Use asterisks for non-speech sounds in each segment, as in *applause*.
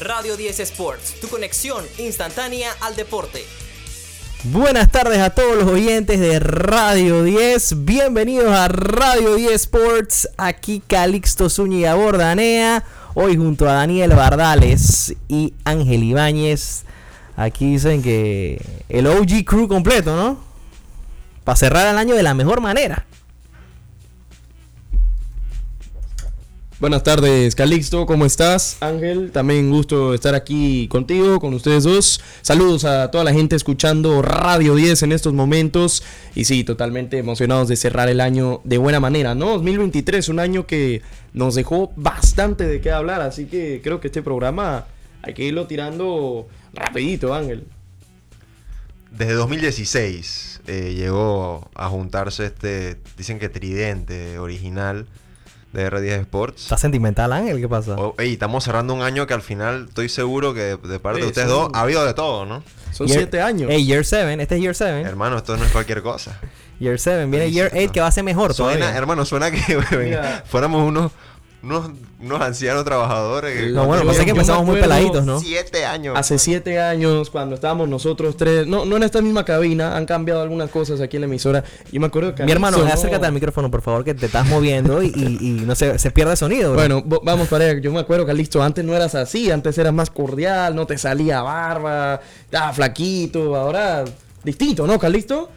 Radio 10 Sports, tu conexión instantánea al deporte. Buenas tardes a todos los oyentes de Radio 10. Bienvenidos a Radio 10 Sports. Aquí Calixto Zúñiga Bordanea. Hoy junto a Daniel Bardales y Ángel Ibáñez. Aquí dicen que el OG crew completo, ¿no? Para cerrar el año de la mejor manera. Buenas tardes, Calixto, ¿cómo estás? Ángel, también gusto estar aquí contigo, con ustedes dos. Saludos a toda la gente escuchando Radio 10 en estos momentos. Y sí, totalmente emocionados de cerrar el año de buena manera, ¿no? 2023, un año que nos dejó bastante de qué hablar, así que creo que este programa hay que irlo tirando rapidito, Ángel. Desde 2016 eh, llegó a juntarse este, dicen que tridente original de R10 Sports. Está sentimental, Ángel, ¿qué pasa? Oh, ey, estamos cerrando un año que al final estoy seguro que de parte de Sí, ustedes sí. dos ha habido de todo, ¿no? Son Year- siete años. Ey, Year 7, este es Year 7. Hermano, esto no es cualquier *laughs* cosa. Year 7, viene Year 8 que va a ser mejor Suena, todavía. hermano, suena que *laughs* Mira. fuéramos unos, unos, unos ancianos trabajadores. que- No, bueno, Yo- pensé que yo me empezamos muy acuerdo- peladitos, ¿no? Siete años. Hace siete años, cuando estábamos nosotros tres, no, no en esta misma cabina, han cambiado algunas cosas aquí en la emisora. Yo me acuerdo que. Mi hermano, Alonso, acércate al micrófono, por favor, que te estás moviendo y, y- y no se, se pierde sonido. bro. Bueno, vo- vamos para allá. Yo me acuerdo que listo, antes no eras así, antes eras más cordial, no te salía barba, estabas flaquito, ahora distinto, ¿no, Calixto?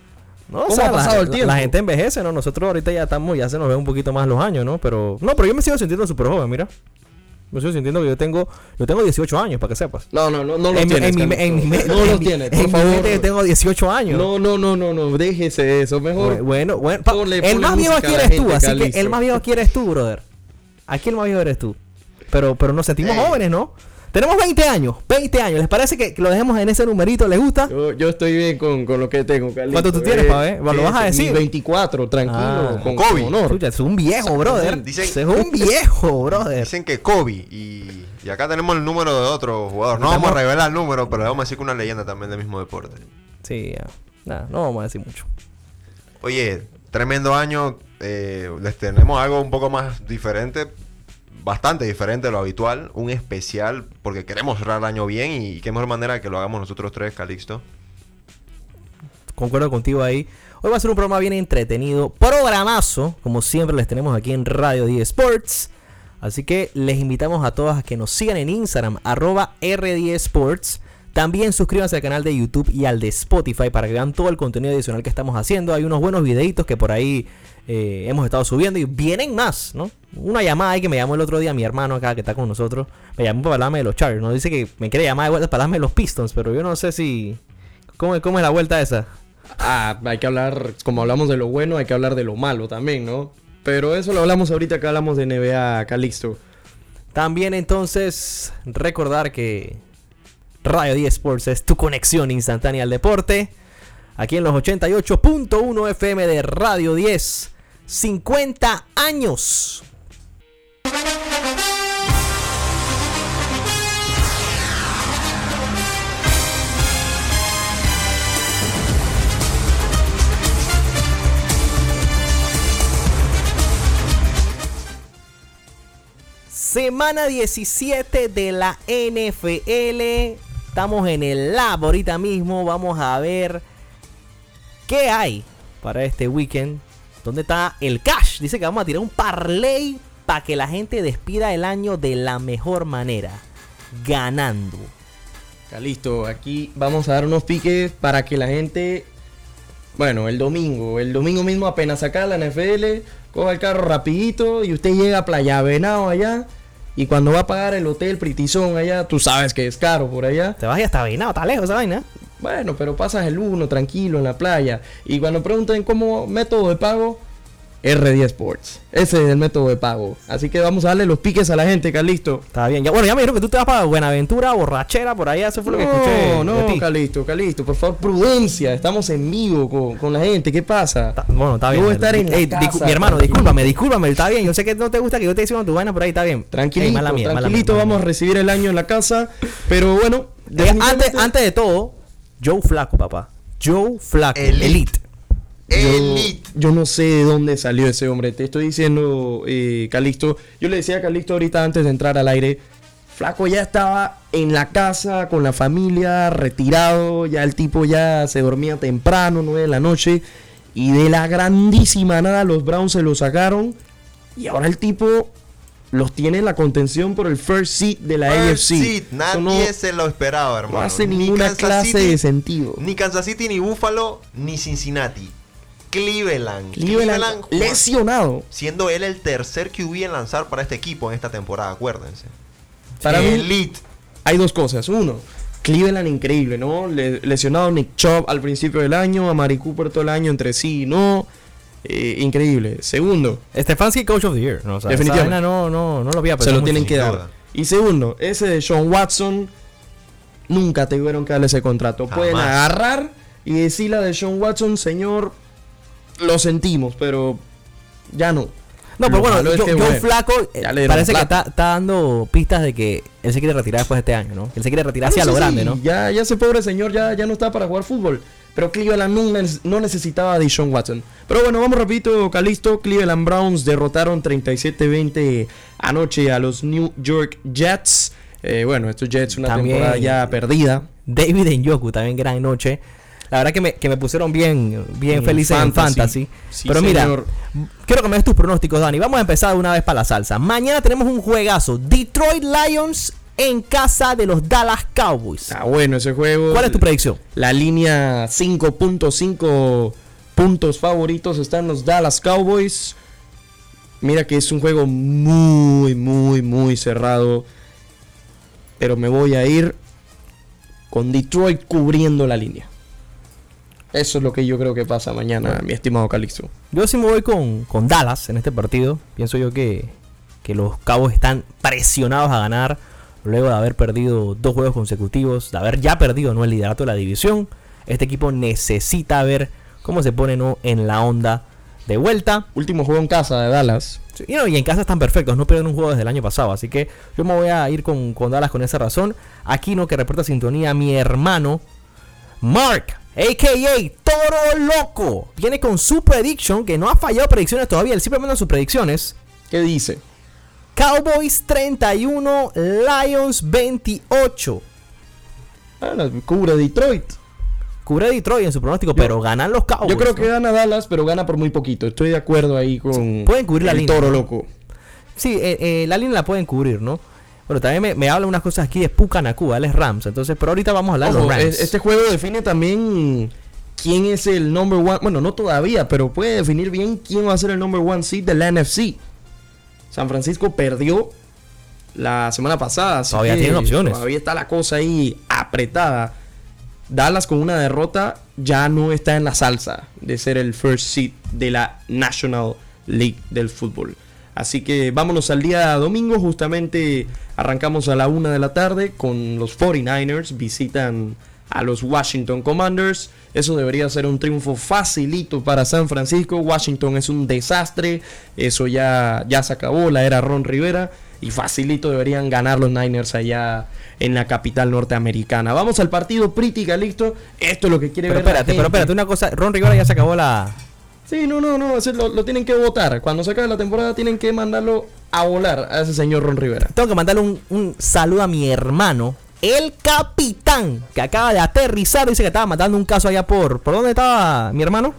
no, ¿cómo ha la- pasado el la- tiempo? La, gente envejece, ¿no? Nosotros ahorita ya estamos, ya se nos ven un poquito más los años, ¿no? Pero, no, pero yo me sigo sintiendo súper joven, mira. Me sigo sintiendo que yo tengo, yo tengo 18 años, para que sepas. No, no, no, no los en, mi- tienes. en mi, Calixto. en mi mente- no en los mi- tienes, en por mi mente yo favor. tengo 18 años. No, no, no, no, no, déjese eso, mejor. Bueno, bueno. pa- Ponle- el ponle más viejo música aquí a la eres tú, gente, así que Calixto. el más viejo aquí eres tú, brother. Aquí el más viejo eres tú. Pero, pero nos sentimos Eh. Ey. jóvenes, ¿no? Tenemos 20 años, 20 años. ¿Les parece que que lo dejemos en ese numerito? ¿Les gusta? Yo, yo estoy bien con, con lo que tengo, Eh, Calixto. ¿Cuánto tú tienes, pa' ver? ¿Lo vas a Ni decir? 24, tranquilo, Ah. con, Kobe. con honor. Chucha, es un viejo, brother. dicen- Ese Es un viejo, brother. Dicen que Kobe y, y acá tenemos el número de otro jugador. No vamos a Estamos- revelar el número, pero le vamos a decir que una leyenda también del mismo deporte. Sí, ya. Nah, no vamos a decir mucho. Oye, tremendo año. eh, les tenemos algo un poco más diferente, bastante diferente de lo habitual. Un especial, porque queremos cerrar el año bien y qué mejor manera que lo hagamos nosotros tres, Calixto. Concuerdo contigo ahí. Hoy va a ser un programa bien entretenido, programazo, como siempre les tenemos aquí en Radio 10 Sports. Así que les invitamos a todas a que nos sigan en Instagram, arroba R10 Sports. También suscríbanse al canal de YouTube y al de Spotify para que vean todo el contenido adicional que estamos haciendo. Hay unos buenos videitos que por ahí eh, hemos estado subiendo y vienen más, ¿no? Una llamada ahí que me llamó el otro día mi hermano acá que está con nosotros. Me llamó para hablarme de los Chargers, ¿no? Dice que me quiere llamar de vuelta para hablarme de los Pistons, pero yo no sé si... ¿Cómo, cómo es la vuelta esa? Ah, hay que hablar, como hablamos de lo bueno, hay que hablar de lo malo también, ¿no? Pero eso lo hablamos ahorita que hablamos de NBA, Calixto. También entonces recordar que Radio 10 Sports es tu conexión instantánea al deporte. Aquí en los 88.1 FM de Radio 10. 50 años. Semana 17 de la NFL. Estamos en el lab ahorita mismo. Vamos a ver qué hay para este weekend. ¿Dónde está el cash? Dice que vamos a tirar un parlay para que la gente despida el año de la mejor manera. Ganando. Calixto, aquí vamos a dar unos piques para que la gente, bueno, el domingo, el domingo mismo apenas saca la NFL, coja el carro rapidito y usted llega a Playa Venado allá. Y cuando va a pagar el hotel Pritizón allá, tú sabes que es caro por allá. Te vas a ir hasta Venado, está lejos esa vaina. Bueno, pero pasas el uno tranquilo en la playa. Y cuando pregunten cómo método de pago, R10 Sports. Ese es el método de pago. Así que vamos a darle los piques a la gente, Calisto. Está bien. Ya, bueno, ya me dijeron que tú te vas para Buenaventura, borrachera, por allá. Eso fue lo que escuché. de No, no, ti. Calisto, Calisto. Por favor, prudencia. Estamos en vivo con, con la gente. ¿Qué pasa? Está- bueno, está Yo bien. voy a estar en la Ey, discu- casa, mi hermano, tranquilo. discúlpame, discúlpame, está bien. Yo sé que no te gusta que yo te diciendo tu vaina por ahí, está bien. Tranquilito, Ey, mala mía, mala tranquilito. mía, mala vamos a mía. recibir el año en la casa. Pero bueno, Ey, antes, definitivamente- antes de todo, Joe Flaco, papá. Joe Flaco, elite. Elite. Yo, Elite. yo no sé de dónde salió ese hombre. Te estoy diciendo, eh, Calixto. Yo le decía a Calixto ahorita antes de entrar al aire. Flaco ya estaba en la casa con la familia, retirado, ya el tipo ya se dormía temprano, 9 de la noche, y de la grandísima nada los Browns se lo sacaron, y ahora el tipo los tiene en la contención por el first seat de la First AFC. seed, Eso Ah, nadie no- se lo esperaba, hermano. no hace Ni ninguna Kansas clase City- de sentido. Ni Kansas City, ni Buffalo, ni Cincinnati. Cleveland. Cleveland jugó- lesionado. Siendo él el tercer QB en lanzar para este equipo en esta temporada, acuérdense. Para mí- Elite. hay dos cosas. Uno, Cleveland increíble, ¿no? Le- lesionado Nick Chubb al principio del año, a Mari Cooper todo el año entre sí y no. Eh, increíble. Segundo, Stefanski Este Coach of the Year. No, o sea, esa Definitivamente. vaina no, no, no lo voy a se pensar lo mucho. tienen que sin dar. duda. Y segundo, ese de Sean Watson, nunca tuvieron que darle ese contrato. Pueden Jamás. agarrar y decirle a de Sean Watson, señor, lo sentimos, pero ya no. No, Lo pero bueno, malo yo, es yo que, bueno, Flaco eh, ya le dieron parece que plata. está, está dando pistas de que él se quiere retirar después de este año, ¿no? Él se quiere retirar hacia Sí, lo sí, grande, ¿no? Ya, ya ese pobre señor ya, ya no está para jugar fútbol. Pero Cleveland no, ne- no necesitaba a Deshaun Watson. Pero bueno, vamos rapidito, Calisto. Cleveland Browns derrotaron 37-20 anoche a los New York Jets. Eh, bueno, estos Jets una También- temporada ya perdida. David en Yoku, también gran noche. La verdad que me, que me pusieron bien, bien En felices en fantasy. Fantasy. Sí, Pero mira, señor. quiero que me des tus pronósticos, Dani. Vamos a empezar de una vez para la salsa. Mañana tenemos un juegazo. Detroit Lions en casa de los Dallas Cowboys. Está bueno ese juego. ¿Cuál es tu predicción? La línea 5.5 puntos favoritos están los Dallas Cowboys. Mira que es un juego muy, muy, muy cerrado. Pero me voy a ir con Detroit cubriendo la línea. Eso es lo que yo creo que pasa mañana, mi estimado Calixto. Yo sí me voy con, con Dallas en este partido. Pienso yo que, que los Cabos están presionados a ganar luego de haber perdido dos juegos consecutivos, de haber ya perdido ¿no? el liderato de la división. Este equipo necesita ver cómo se pone ¿no? en la onda de vuelta. Último juego en casa de Dallas. Sí, Y, no, y en casa están perfectos, no pierden un juego desde el año pasado. Así que yo me voy a ir con, con Dallas con esa razón. Aquí no que reporta sintonía mi hermano Mark, a.k.a. Toro Loco. Viene con su prediction, que no ha fallado predicciones todavía, él siempre manda sus predicciones. ¿Qué dice? Cowboys 31, Lions 28. Ah, la- cubre Detroit. Cubre Detroit en su pronóstico, pero ganan los Cowboys. Yo creo que ¿no? gana Dallas, pero gana por muy poquito. Estoy de acuerdo ahí con pueden cubrir la el línea. toro loco. Sí, eh, eh, la línea la pueden cubrir, ¿no? Bueno, también me, me habla unas cosas aquí de Pucanacua, él es Rams. Entonces, pero ahorita vamos a hablar de Ojo, los Rams. es- Este juego define también quién es el number one. Bueno, no todavía, pero puede definir bien quién va a ser el number one seed de la NFC. San Francisco perdió la semana pasada. así Todavía que tienen opciones. Todavía está la cosa ahí apretada. Dallas con una derrota ya no está en la salsa de ser el first seed de la National League del fútbol. Así que vámonos al día domingo, justamente arrancamos a la una de la tarde con los 49ers, visitan a los Washington Commanders, eso debería ser un triunfo facilito para San Francisco, Washington es un desastre, eso ya, ya se acabó, la era Ron Rivera, y facilito deberían ganar los Niners allá en la capital norteamericana. Vamos al partido Pretty Calixto. Esto es lo que quiere Pero ver. la espérate, pero gente. espérate, una cosa, Ron Rivera ya se acabó la. Sí, no, no, no. ese lo, lo tienen que votar. Cuando se acabe la temporada tienen que mandarlo a volar a ese señor Ron Rivera. Tengo que mandarle un, un saludo a mi hermano, el capitán, que acaba de aterrizar, dice que estaba matando un caso allá por. ¿Por dónde estaba mi hermano?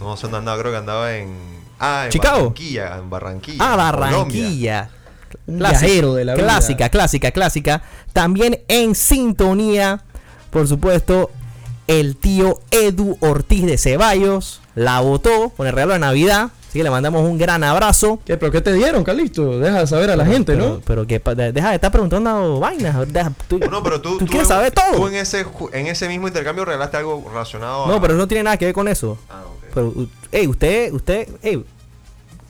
No sé dónde andaba, creo que andaba en. Ah, en Chicago. Barranquilla. En Barranquilla. Ah, en Barranquilla. Un Clásica, viajero de la vida. clásica, clásica, clásica. También en sintonía, por supuesto, el tío Edu Ortiz de Ceballos la votó con el regalo de Navidad. Así que le mandamos un gran abrazo. ¿Qué, ¿Pero qué te dieron, Calixto? Deja de saber a la gente, pero, ¿no? Pero que pa- de- deja de estar preguntando vainas. deja- tú, Colombia. No, pero tú. tú quieres en- saber todo. Tú en ese, ju- en ese mismo intercambio regalaste algo relacionado a. No, pero no tiene nada que ver con eso. Ah, ok. Pero, u- ey, usted, usted, ey.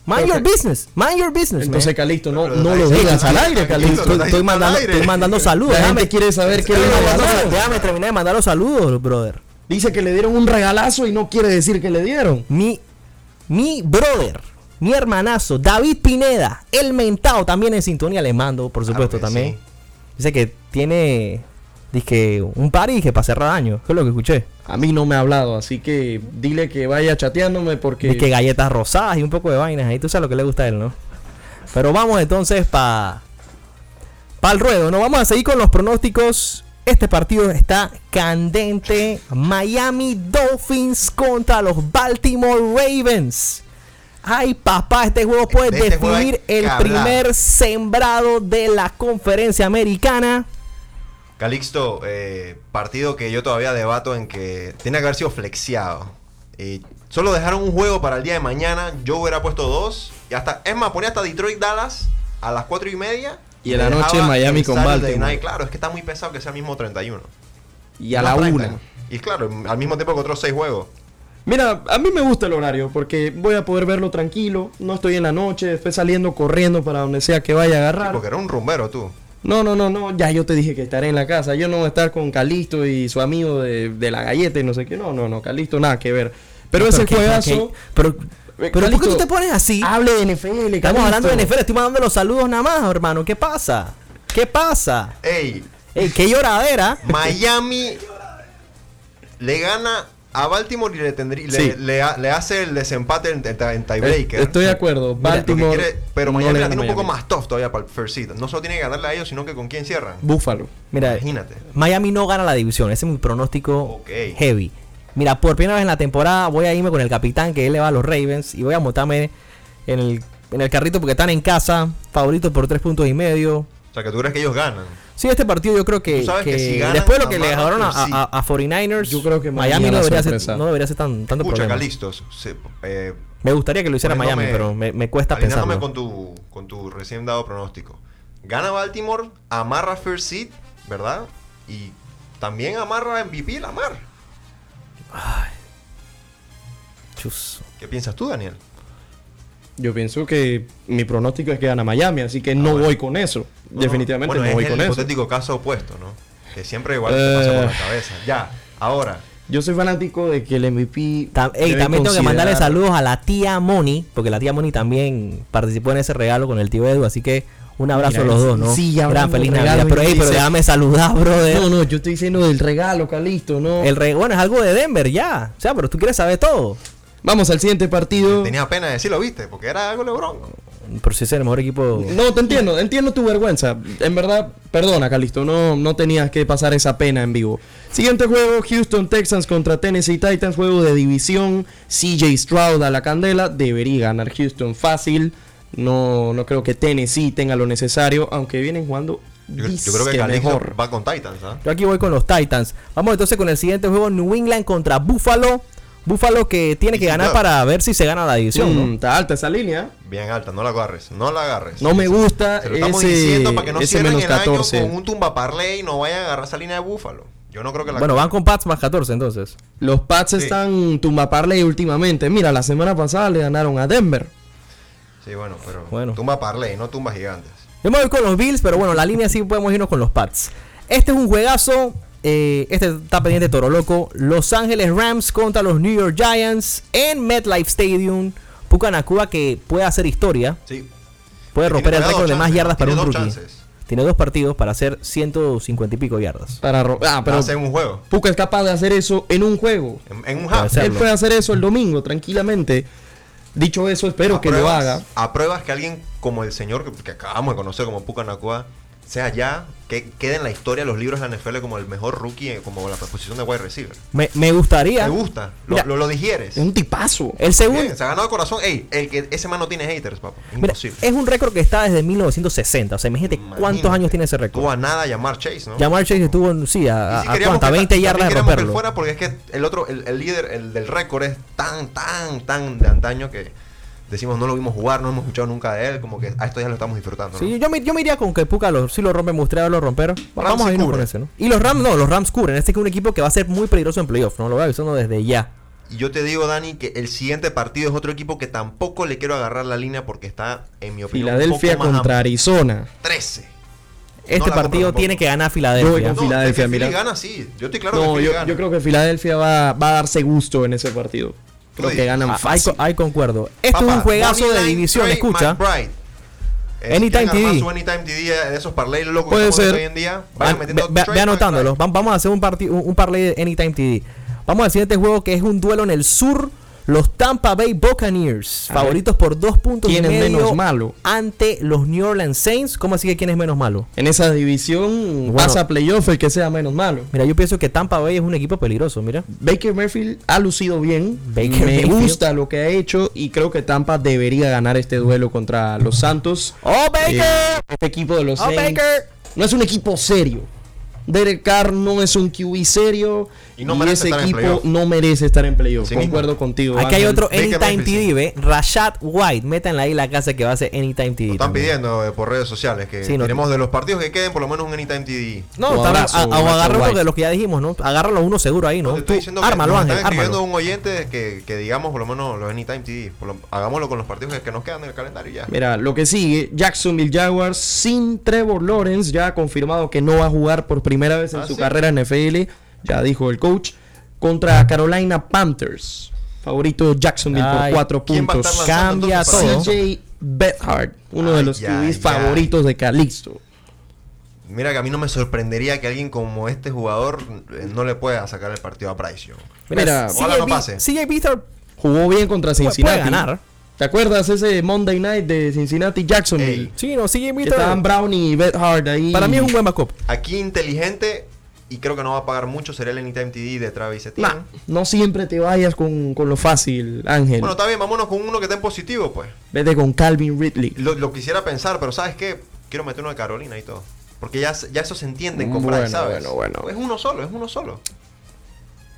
Mind Pero your que- business, mind your business. Entonces, man. Calixto, no, Pero lo no está lo diciendo digas al al aire, aire, Calixto. Calixto, estoy, lo estoy está diciendo al mandando, aire. estoy mandando saludos. La gente Déjame, quiere saber qué le déjame mandar- regalaron. déjame terminar de mandar los saludos, brother. Dice que le dieron un regalazo y no quiere decir que le dieron. Mi, mi brother, mi hermanazo, David Pineda, el mentado también en sintonía, le mando, por Claro supuesto, que también. sí. Dice que tiene, dice un party que para cerrar año, que es lo que escuché. A mí no me ha hablado, así que dile que vaya chateándome porque... Y que galletas rosadas y un poco de vainas ahí. Tú sabes lo que le gusta a él, ¿no? Pero vamos entonces para Pal ruedo, no vamos a seguir con los pronósticos. Este partido está candente. Miami Dolphins contra los Baltimore Ravens. Ay, papá, este juego puede De este juego hay definir que el hablar. primer sembrado de la conferencia americana. Calixto, eh, partido que yo todavía debato en que tiene que haber sido flexiado. Eh, solo dejaron un juego para el día de mañana. Yo hubiera puesto dos. Y hasta, es más, ponía hasta Detroit Dallas a las cuatro y media. Y en la Le noche dejaba Miami el con Saturday Baltimore. Night. Claro, es que está muy pesado que sea el mismo 31. Y a No la prime una. time. Y claro, al mismo tiempo que otros seis juegos. Mira, a mí me gusta el horario porque voy a poder verlo tranquilo. No estoy en la noche, después saliendo corriendo para donde sea que vaya a agarrar. Porque era un rumbero tú. No, no, no, no. Ya yo te dije que estaré en la casa. Yo no voy a estar con Calisto y su amigo de, de la galleta y no sé qué. No, no, no. Calisto, nada que ver. Pero ese qué- juegazo. qué- Pero, Eh, pero ¿por qué Calixto, tú te pones así? Hable de NFL. Estamos hablando de NFL, estoy mandando los saludos nada más, hermano. ¿Qué pasa? ¿Qué pasa? ¡Ey! Ey, qué lloradera. Miami le gana a Baltimore y le, tendrí- le, Sí. le ha- le hace el desempate en, en- en tiebreaker. Eh, Estoy de acuerdo. Eh, Mira, lo que Baltimore. quiere- pero no Miami le la gana tiene un a poco Miami. más tough todavía para el first seed. No solo tiene que ganarle a ellos, sino que con quién cierran. Búfalo. Mira, Imagínate. Miami no gana la división. Ese es mi pronóstico Ok. heavy. Mira, por primera vez en la temporada voy a irme con el capitán que él le va a los Ravens y voy a montarme en el, en el carrito porque están en casa, favoritos por tres puntos y medio. O sea, que tú crees que ellos ganan. Sí, este partido yo creo que, Tú sabes que que si ganan, después de lo que le amarran dejaron a, por sí. a- a 49ers, Yo creo que Miami, no, Miami da la debería ser, sorpresa. no debería ser tan, tanto Escucha, problema. Calistos. se- eh, Me gustaría que lo hiciera poniéndome- Miami, pero me, me cuesta alineándome pensarlo. con tu, con tu recién dado pronóstico. Gana Baltimore, amarra first seed, ¿verdad? Y también amarra MVP Lamar. Chus. ¿Qué piensas tú, Daniel? Yo pienso que mi pronóstico es que gana Miami, así Ah, que no voy con eso. Definitivamente Bueno, no voy es con el eso. hipotético caso opuesto, ¿no? Que siempre igual te pasa por la Eh. cabeza. Ya, ahora. Yo soy fanático de que el MVP. Ta- ey, debe también tengo que mandarle considerar- saludos a la tía Moni, porque la tía Moni también participó en ese regalo con el tío Edu, así que un abrazo Mira, a los dos, ¿no? sí, ya Gran hablando feliz de Navidad. regalo, Pero, yo ey, te pero hice- déjame saludar, brother. No, no, yo estoy diciendo del regalo, Calisto, no. eh. El re- bueno, es algo de Denver, ya. O sea, pero tú quieres saber todo. Vamos al siguiente partido. Tenías pena de decirlo, ¿viste? Porque era algo Lebron. Pero si es el mejor equipo. No, te entiendo, entiendo tu vergüenza. En verdad, perdona, Calisto, no, no tenías que pasar esa pena en vivo. Siguiente juego, Houston Texans contra Tennessee Titans, juego de división. CJ Stroud a la candela, debería ganar Houston fácil. No, no creo que Tennessee tenga lo necesario, aunque vienen jugando Yo, yo creo que disque Calixto mejor. va con Titans, ¿ah? Yo aquí voy con los Titans. Vamos entonces con el siguiente juego: New England contra Buffalo. Buffalo que tiene que Y- ganar para ver si se gana la división, Mm, ¿no? Está alta esa línea. Bien alta, no la agarres, no la agarres. No me gusta Se lo estamos ese, diciendo para que no ese cierren menos el año 14. con un tumba parlay y no vayan a agarrar esa línea de Búfalo. Yo no creo que la. Bueno, van con Pats más 14, entonces. Los Pats están tumbaparle últimamente. Mira, la semana pasada le ganaron a Denver. sí, bueno, pero Bueno. tumba parlay, no tumba gigantes. Yo me voy con los Bills, pero bueno, la línea sí podemos irnos con los Pats. Este es un juegazo. eh, este está pendiente Toro Loco. Los Ángeles Rams contra los New York Giants en MetLife Stadium. Pucanacua que puede hacer historia. Sí. Puede Tiene romper el todavía récord dos de más chances, yardas para tiene un dos rookie. chances. Tiene dos partidos para hacer 150 y pico yardas. Para ro- ah, pero Hacen un juego. Puka es capaz de hacer eso en un juego. En, en un Puede half. ser. Él Hacerlo. puede hacer eso el domingo, tranquilamente. Dicho eso, espero que lo Apruebas- haga. Apruebas que alguien como el señor que, que acabamos de conocer como Pucanacua sea ya, que quede en la historia de los libros de la NFL como el mejor rookie, eh, como la posición de wide receiver. Me, me gustaría. Te gusta, lo, Mira. lo, lo digieres. Es un tipazo. El segundo. Bien, se ha ganado el corazón. Ey, el que ese man no tiene haters, papá. Mira, Imposible. es un récord que está desde 1960. O sea, imagínate cuántos Imagínate. años tiene ese Tuvo récord. a nada llamar Chase, ¿no? Llamar Chase estuvo, en- sí, Y a, si a- a queríamos cuánta, que ta- 20 yardas de también queríamos que él romperlo. fuera porque es que el otro, el, el líder, el del récord es tan, tan, tan de antaño que decimos no lo vimos jugar, no hemos escuchado nunca de él, como que a esto ya lo estamos disfrutando. ¿no? Sí, yo me, yo me iría con que Puka lo, si lo rompe, me gustaría verlo romper. Va- Rams Vamos a sí irnos cubre. con ese, ¿no? Y los Rams, no, los Rams cubren. Este es un equipo que va a ser muy peligroso en playoff, ¿no? Lo voy avisando desde ya. Y yo te digo, Dani, que el siguiente partido es otro equipo que tampoco le quiero agarrar la línea porque está, en mi opinión, Filadelfia un poco más contra amplio. Arizona. 13. Este la compro partido tampoco. tiene que ganar Yo voy Filadelfia. con- Filadelfia, es que Philly mira. gana, sí. Yo estoy claro No, que Philly yo, gana. yo creo que Filadelfia va, va a darse gusto en ese partido. Creo Sí. que ganan Ah, ahí, fácil. co- ahí concuerdo. Esto es Papá, un juegazo Money de Line división, Trey escucha. McBride. Eh, si Anytime quieren armar TV. su Anytime TV de esos parlay locos Puede que estamos ser. hoy en día. Ah, Vayan Ve, metiendo ve- Trey ve anotándolo. McBride. Vam- Vamos a hacer un, parti- un, un parlay de Anytime TV. Vamos al siguiente juego que es un duelo en el sur. Los Tampa Bay Buccaneers, A ver. favoritos por dos puntos ¿Quién y es medio menos malo? ante los New Orleans Saints. ¿Cómo así que quién es menos malo? En esa división Bueno. pasa a playoff el que sea menos malo. Mira, yo pienso que Tampa Bay es un equipo peligroso, mira. Baker Mayfield ha lucido bien. Baker Me Mayfield. gusta lo que ha hecho y creo que Tampa debería ganar este duelo contra los Santos. ¡Oh, Eh, este equipo de los ¡Oh, Saints Baker! no es un equipo serio. Derek Carr no es un QB serio Y y, no merece ese estar en equipo playoff. no merece estar en playoff. Sí mismo. Concuerdo contigo. Aquí hay Ángel. otro Baker Anytime Mayfield, TV, ve. Rashad White. Métanla ahí la casa que va a ser Anytime TV. Lo están también. pidiendo eh, por redes sociales que Sí, no- tenemos de los partidos que queden por lo menos un Anytime TD. No, O está- abrazo, a- o abrazo agarra uno White. de los que ya dijimos, ¿no? Agárralo uno seguro ahí, ¿no? Te estoy Tú, diciendo que ármalo, nos Ángel, Están escribiendo ármalo. un oyente que, que digamos por lo menos los Anytime TD. Por lo- hagámoslo con los partidos que- que nos quedan en el calendario y ya. Mira, lo que sigue, Jacksonville Jaguars sin Trevor Lawrence, ya ha confirmado que no va a jugar por primera vez en Ah, su ¿sí? carrera en NFL, ya dijo el coach, contra Carolina Panthers, favorito Jacksonville Ay, por cuatro ¿quién va a puntos. estar Cambia lanzando entonces para todo. eso? CJ Bethard, uno Ay, de los ya, QBs ya. favoritos de Calixto. Mira que a mí no me sorprendería que alguien como este jugador eh, no le pueda sacar el partido a Price. yo. Mira, CJ ojalá no Be- pase. CJ Beathard Jugó bien contra Cincinnati. ganar. ¿Te acuerdas ese Monday Night de Cincinnati Jacksonville? Ey. Sí, no, CJ Que Beathard. estaban Brown y Bethard ahí. Para mí es un buen backup. Aquí inteligente y creo que no va a pagar mucho sería el Anytime TD de Travis Etienne. Nah, no siempre te vayas con, con lo fácil, Ángel. Bueno, está bien, vámonos con uno que está en positivo, pues. Vete con Calvin Ridley. Lo, lo quisiera pensar, pero ¿sabes qué? Quiero meter uno de Carolina y todo. Porque ya, ya eso se entiende con Bueno, Bryce, ¿sabes? bueno, bueno. Es uno solo, es uno solo.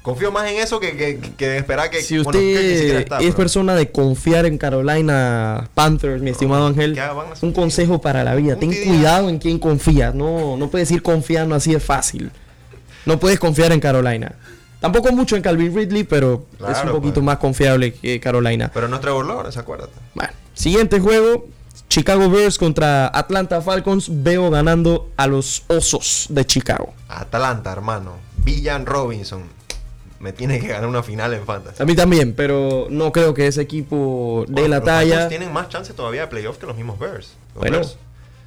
Confío más en eso que, que, que en esperar que... Si bueno, usted que ni siquiera está, es pero- persona de confiar en Carolina Panthers, mi estimado Ángel, que hagan las- un consejo para la vida. Un Ten TD. cuidado en quién confías. No, no puedes ir confiando así de fácil. No puedes confiar en Carolina. Tampoco mucho en Calvin Ridley, pero es un Claro, poquito pues. más confiable que Carolina. Pero no es Trevor Lawrence, acuérdate. Bueno, siguiente juego. Chicago Bears contra Atlanta Falcons. Veo ganando a los Osos de Chicago. Atlanta, hermano. Villan Robinson. Me tiene que ganar una final en Fantasy. A mí también, pero no creo que ese equipo de Bueno, la los Falcons talla. tienen más chance todavía de playoff que los mismos Bears. Los Bueno, Bears.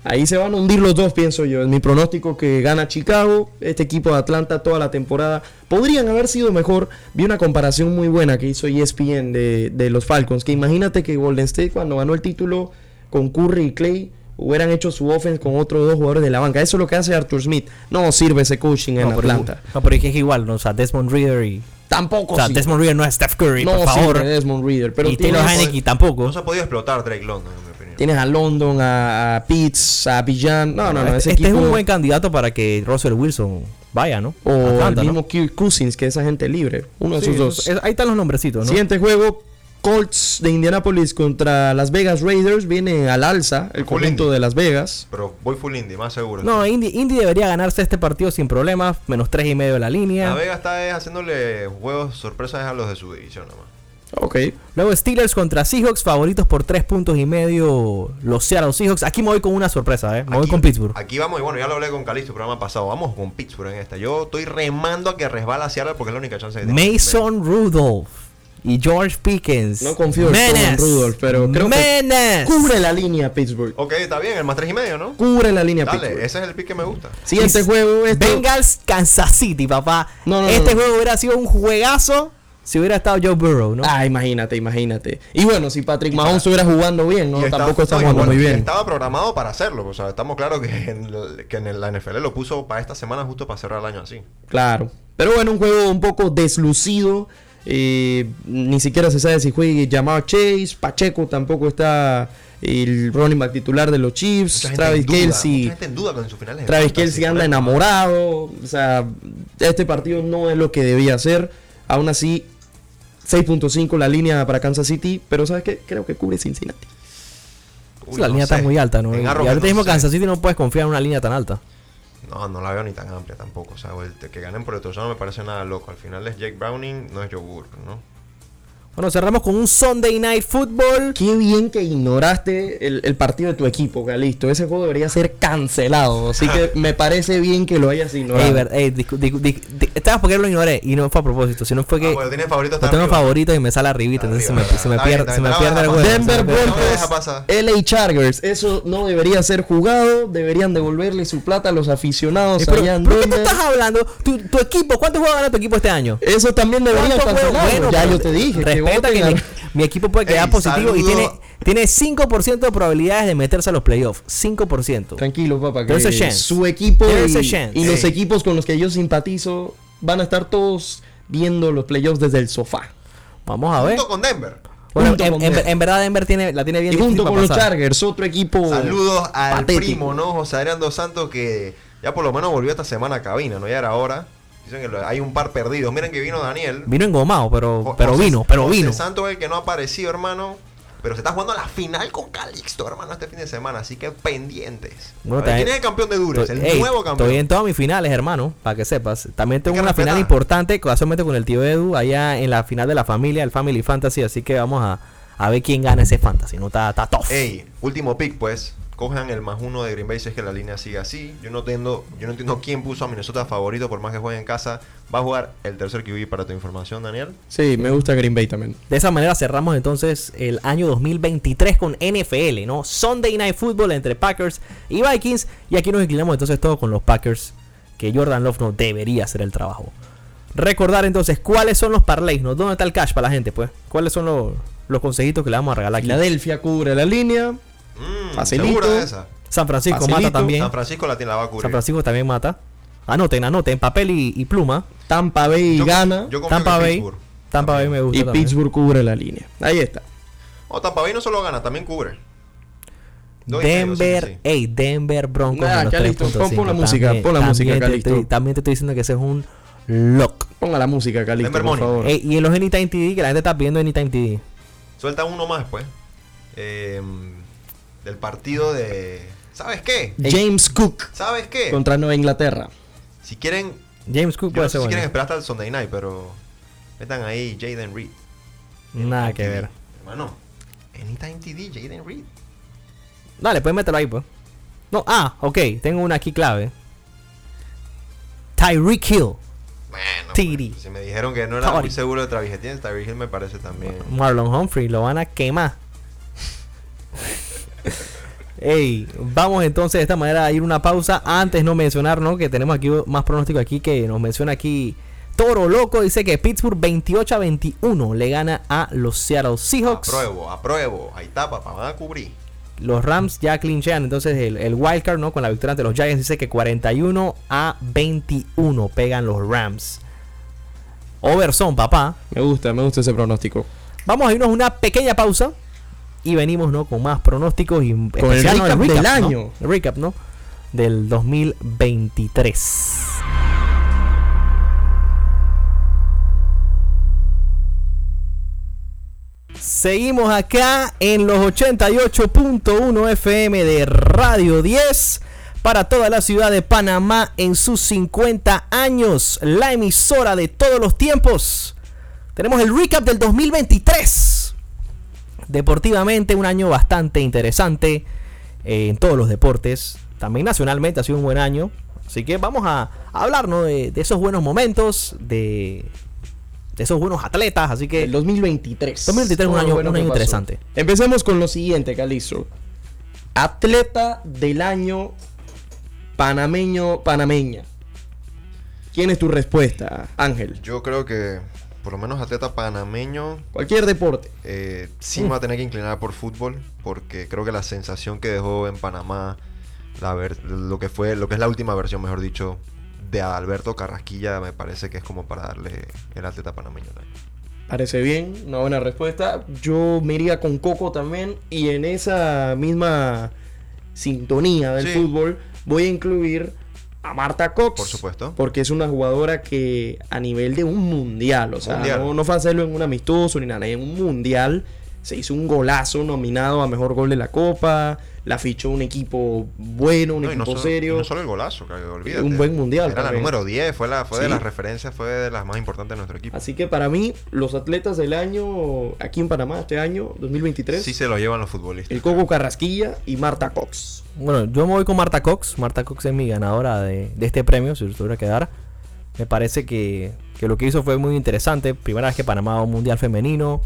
ahí se van a hundir los dos, pienso yo. En mi pronóstico que gana Chicago, este equipo de Atlanta toda la temporada. Podrían haber sido mejor. Vi una comparación muy buena que hizo E ESPN de, de los Falcons. Que imagínate que Golden State cuando ganó el título con Curry y Clay hubieran hecho su offense con otros dos jugadores de la banca. Eso es lo que hace Arthur Smith. No sirve ese coaching en no, pero, Atlanta. no, pero es que es igual, ¿no? O sea, Desmond Reader y. Tampoco O sea, sirve. Desmond Reader no es Steph Curry, No por favor. sirve Desmond Reader. Pero y Taylor tienes- Heineke tampoco. No se ha podido explotar Drake London, en mi opinión. Tienes a London, a, a Pitts, a Villan. No, no, no. este Ese este equipo es un buen candidato para que Russell Wilson vaya, ¿no? O Atlanta, el ¿no? mismo Kirk Cousins, que esa gente libre. Uno de Sí, esos dos. es- ahí están los nombrecitos, ¿no? Siguiente juego. Colts de Indianapolis contra Las Vegas Raiders. Viene al alza el Full conjunto Indy. de Las Vegas. Pero voy full indie, más seguro. No, Indy, Indy debería ganarse este partido sin problemas, menos tres y medio de la línea. La Vega está eh, haciéndole juegos sorpresas a los de su división nomás. Ok. Luego Steelers contra Seahawks, favoritos por tres puntos y medio los Seattle Seahawks. Aquí me voy con una sorpresa, ¿eh? Me voy Aquí- con Pittsburgh. Aquí vamos, y bueno, ya lo hablé con Calixto el programa pasado. Vamos con Pittsburgh en esta. Yo estoy remando a que resbala Seattle porque es la única chance que tiene. Mason Rudolph y George Pickens. No confío en Menace. Tom Rudolph, pero creo que- Menace. Cubre la línea Pittsburgh. Ok, está bien, el más tres y medio, ¿no? Cubre la línea Dale, Pittsburgh. ese es el pick que me gusta. Siguiente Y- juego. esto- Bengals Kansas City, papá. No, no, este no, no. juego hubiera sido un juegazo si hubiera estado Joe Burrow, ¿no? Ah, imagínate, imagínate. Y bueno, si Patrick Mahomes estuviera jugando bien, ¿no? Y está- Tampoco está no, y jugando bueno, muy y bien. Estaba programado para hacerlo. O sea, estamos claros que en, el- que en la NFL lo puso para esta semana justo para cerrar el año así. Claro. Pero bueno, un juego un poco deslucido. eh, ni siquiera se sabe si juegue Jamar Chase. Pacheco tampoco está el running back titular de los Chiefs. Mucha gente Travis en duda, Kelsey. Mucha gente en duda con sus finales. de Travis fantasy, Kelsey anda ¿verdad? enamorado. O sea, este partido no es lo que debía ser. Aún así, 6.5 la línea para Kansas City. Pero ¿sabes qué? Creo que cubre Cincinnati. Uy, la no línea sé. está muy alta, ¿no? En Y Arrowhead ahorita no mismo sé. Kansas City no puedes confiar en una línea tan alta. No, no la veo ni tan amplia tampoco. O sea, el te- que ganen por el otro no me parece nada loco. Al final es Jake Browning, no es Joe Burrow, ¿no? Bueno, cerramos con un Sunday Night Football. Qué bien que ignoraste el, el partido de tu equipo, Galisto. Ese juego debería ser cancelado. Así que me parece bien que lo hayas ignorado. Ey, ver- ey, discu- discu- discu- di- ¿Sabes por qué lo ignoré? Y no fue a propósito, sino fue que Ah, bueno, tiene favorito lo hasta tengo arriba. favorito y me sale arribita, entonces se me, Arriba, se me está bien, pierde, está se me bien, pierde el está juego. bien, se Denver me pierde. No me Broncos, deja pasar. LA Chargers, eso no debería ser jugado, deberían devolverle su plata a los aficionados Ey, pero, allá en ¿Por qué tú Denver. estás hablando? ¿Tu, tu equipo? ¿Cuántos juegos gana tu equipo este año? Eso también debería ¿Cuántos cancelarlo, juegos? Bueno, ya pero yo te dije que peta que voten mi, a- mi equipo puede Ey, quedar positivo y saludo. tiene, tiene 5% de probabilidades de meterse a los playoffs. 5%. Tranquilo, papá. Que There's a chance. Su equipo There's a y, chance. y los Ey. equipos con los que yo simpatizo van a estar todos viendo los playoffs desde el sofá. Vamos a ver. Junto con Denver. Bueno, junto en, con en- Denver. en verdad Denver tiene, la tiene bien Y junto difícil para con los pasar. Chargers, otro Uh, equipo. Saludos al patético. primo, ¿no? José Adrián Dos Santos, que ya por lo menos volvió esta semana a cabina, ¿no? Ya era hora. Dicen que lo- hay un par perdidos. Miren que vino Daniel. Vino engomado, pero, Jo- pero José- vino, pero José vino. Santos es el que no ha aparecido, hermano. Pero se está jugando la final con Calixto, hermano, este fin de semana. Así que pendientes. Bueno, A ver, también- ¿Quién es el campeón de Durex? El Ey, nuevo campeón. Estoy en todas mis finales, hermano, para que sepas. También tengo que una final respetar. importante, casualmente con el tío Edu, allá en la final de la familia, el Family Fantasy, así que vamos a, a ver quién gana ese fantasy. No está, está tough. Ey, último pick, pues. Cojan el más uno de Green Bay si es que la línea sigue así. Yo no entiendo, yo no entiendo quién puso a Minnesota favorito por más que juegue en casa. Va a jugar el tercer QB para tu información, Daniel. Sí, me gusta Green Bay también. De esa manera cerramos entonces el año 2023 con NFL, ¿no? Sunday Night Football entre Packers y Vikings. Y aquí nos inclinamos entonces todo con los Packers, que Jordan Love no debería hacer el trabajo. Recordar entonces cuáles son los parlays, ¿no? ¿Dónde está el cash para la gente, pues? ¿Cuáles son los, los consejitos que le vamos a regalar aquí? Filadelfia cubre la línea. Mm, Facilito. ¿Segura de esa? San Francisco Facilito, mata también. San Francisco la tiene la va a cubrir. San Francisco también mata. Anoten, anoten, papel y, y pluma. Tampa Bay Yo- gana. yo confío Tampa en Bay. Pittsburgh. Tampa Bay me gusta. y también. Pittsburgh cubre la línea. Ahí está. Oh, Tampa Bay no solo gana, también cubre. Dos y medio, sí, Denver, sí. ey, Denver Broncos. Nah, menos Calixto, pon- 3.5. pon la música, pon la música, también te Calixto. estoy- también te estoy diciendo que ese es un lock. Ponga la música, Calixto, Denver por Money. favor. Ey, y en los Anytime TD, que la gente está viendo Anytime TD. Suelta uno más, pues. Eh, del partido de. ¿Sabes qué? James Cook ¿Sabes qué? contra Nueva Inglaterra. Si quieren. James Cook Yo no puede sé si ser quieren bueno. esperar hasta el Sunday night, pero. Metan ahí Jaden Reed. Nada que ver. Hermano, Anytime TD, Jaden Reed. Dale, puedes meterlo ahí, pues. No, ah, ok, tengo una aquí clave. Tyreek Hill, Bueno, TD. pues, si me dijeron que no era Sorry. muy seguro de Travis Etienne, Travis Hill me parece también. Marlon Humphrey, lo van a quemar. Ey, vamos entonces de esta manera a ir una pausa. Antes no mencionar, ¿no? Que tenemos aquí más pronóstico aquí que nos menciona aquí Toro Loco. Dice que Pittsburgh 28 a 21 le gana a los Seattle Seahawks. Apruebo, apruebo. Ahí está, papá, van a cubrir. Los Rams ya clinchean entonces el, el wild card, ¿no? Con la victoria ante los Giants. Dice que 41 a 21 pegan los Rams. Overson, papá. Me gusta, me gusta ese pronóstico. Vamos a irnos a una pequeña pausa y venimos ¿no? con más pronósticos y con el recap del año. El recap, ¿no? Del 2023. Seguimos acá en los 88.1 FM de Radio 10 para toda la ciudad de Panamá en sus 50 años, la emisora de todos los tiempos. Tenemos el recap del 2023. Deportivamente, un año bastante interesante eh, en todos los deportes. También nacionalmente ha sido un buen año. Así que vamos a hablar ¿no? de, de esos buenos momentos, de, de esos buenos atletas. Así que El 2023. 2023 es un Todo año- lo bueno un que año pasó. interesante. Empecemos con lo siguiente, Calixto. Atleta del año panameño, panameña. ¿Quién es tu respuesta, Ángel? Yo creo que, por lo menos atleta panameño, Cualquier deporte. eh, sí me va a tener que inclinar por fútbol, porque creo que la sensación que dejó en Panamá, la ver- lo que fue, lo que es la última versión, mejor dicho, de Alberto Carrasquilla, me parece que es como para darle el atleta panameño. del año. Parece bien, una buena respuesta. Yo me iría con Coco también y en esa misma sintonía del Sí. fútbol voy a incluir a Marta Cox. Por supuesto. Porque es una jugadora que a nivel de un mundial, o sea, Mundial. No, no fue hacerlo en un amistoso ni nada, en un mundial se hizo un golazo nominado a mejor gol de la Copa, la fichó un equipo bueno, un No, y equipo no solo, serio. y no solo el golazo, que olvídate. Un buen mundial Era la también. número 10, fue, la, fue de Sí. las referencias, fue de las más importantes de nuestro equipo. Así que para mí, los atletas del año aquí en Panamá, este año 2023, Sí se lo llevan los futbolistas. el Coco Carrasquilla y Marta Cox. Bueno, yo me voy con Marta Cox. Marta Cox es mi ganadora de, de este premio, si lo tuviera que dar. Me parece que, que lo que hizo fue muy interesante. Primera vez que Panamá va a un mundial femenino.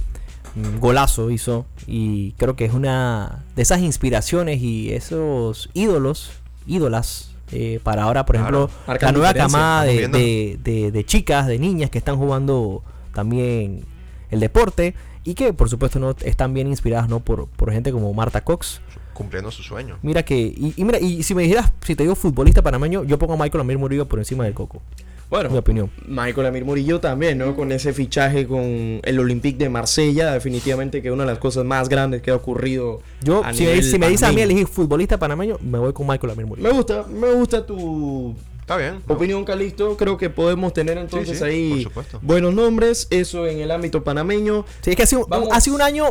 Mm, Golazo hizo. Y creo que es una de esas inspiraciones y esos ídolos, ídolas, eh, para ahora, por Claro, ejemplo, la marcan nueva diferencia, camada de, estamos de- de- de chicas, de niñas que están jugando también el deporte. y que por supuesto no están bien inspiradas ¿no? por, por gente como Marta Cox. Cumpliendo su sueño. Mira que, y, y mira, y si me dijeras, si te digo futbolista panameño, yo pongo a Michael Amir Murillo por encima del Coco. Bueno, Mi opinión. Michael Amir Murillo también, ¿no? Con ese fichaje con el Olympique de Marsella, definitivamente que una de las cosas más grandes que ha ocurrido. Yo, a si, me- nivel si me dices a mí panameño. elegir futbolista panameño, me voy con Michael Amir Me Murillo. gusta, me gusta tu Está bien. ¿no? opinión, Calixto. Creo que podemos tener entonces sí, por ahí supuesto. buenos nombres. Eso en el ámbito panameño. Sí, es que hace un, Vamos. hace un año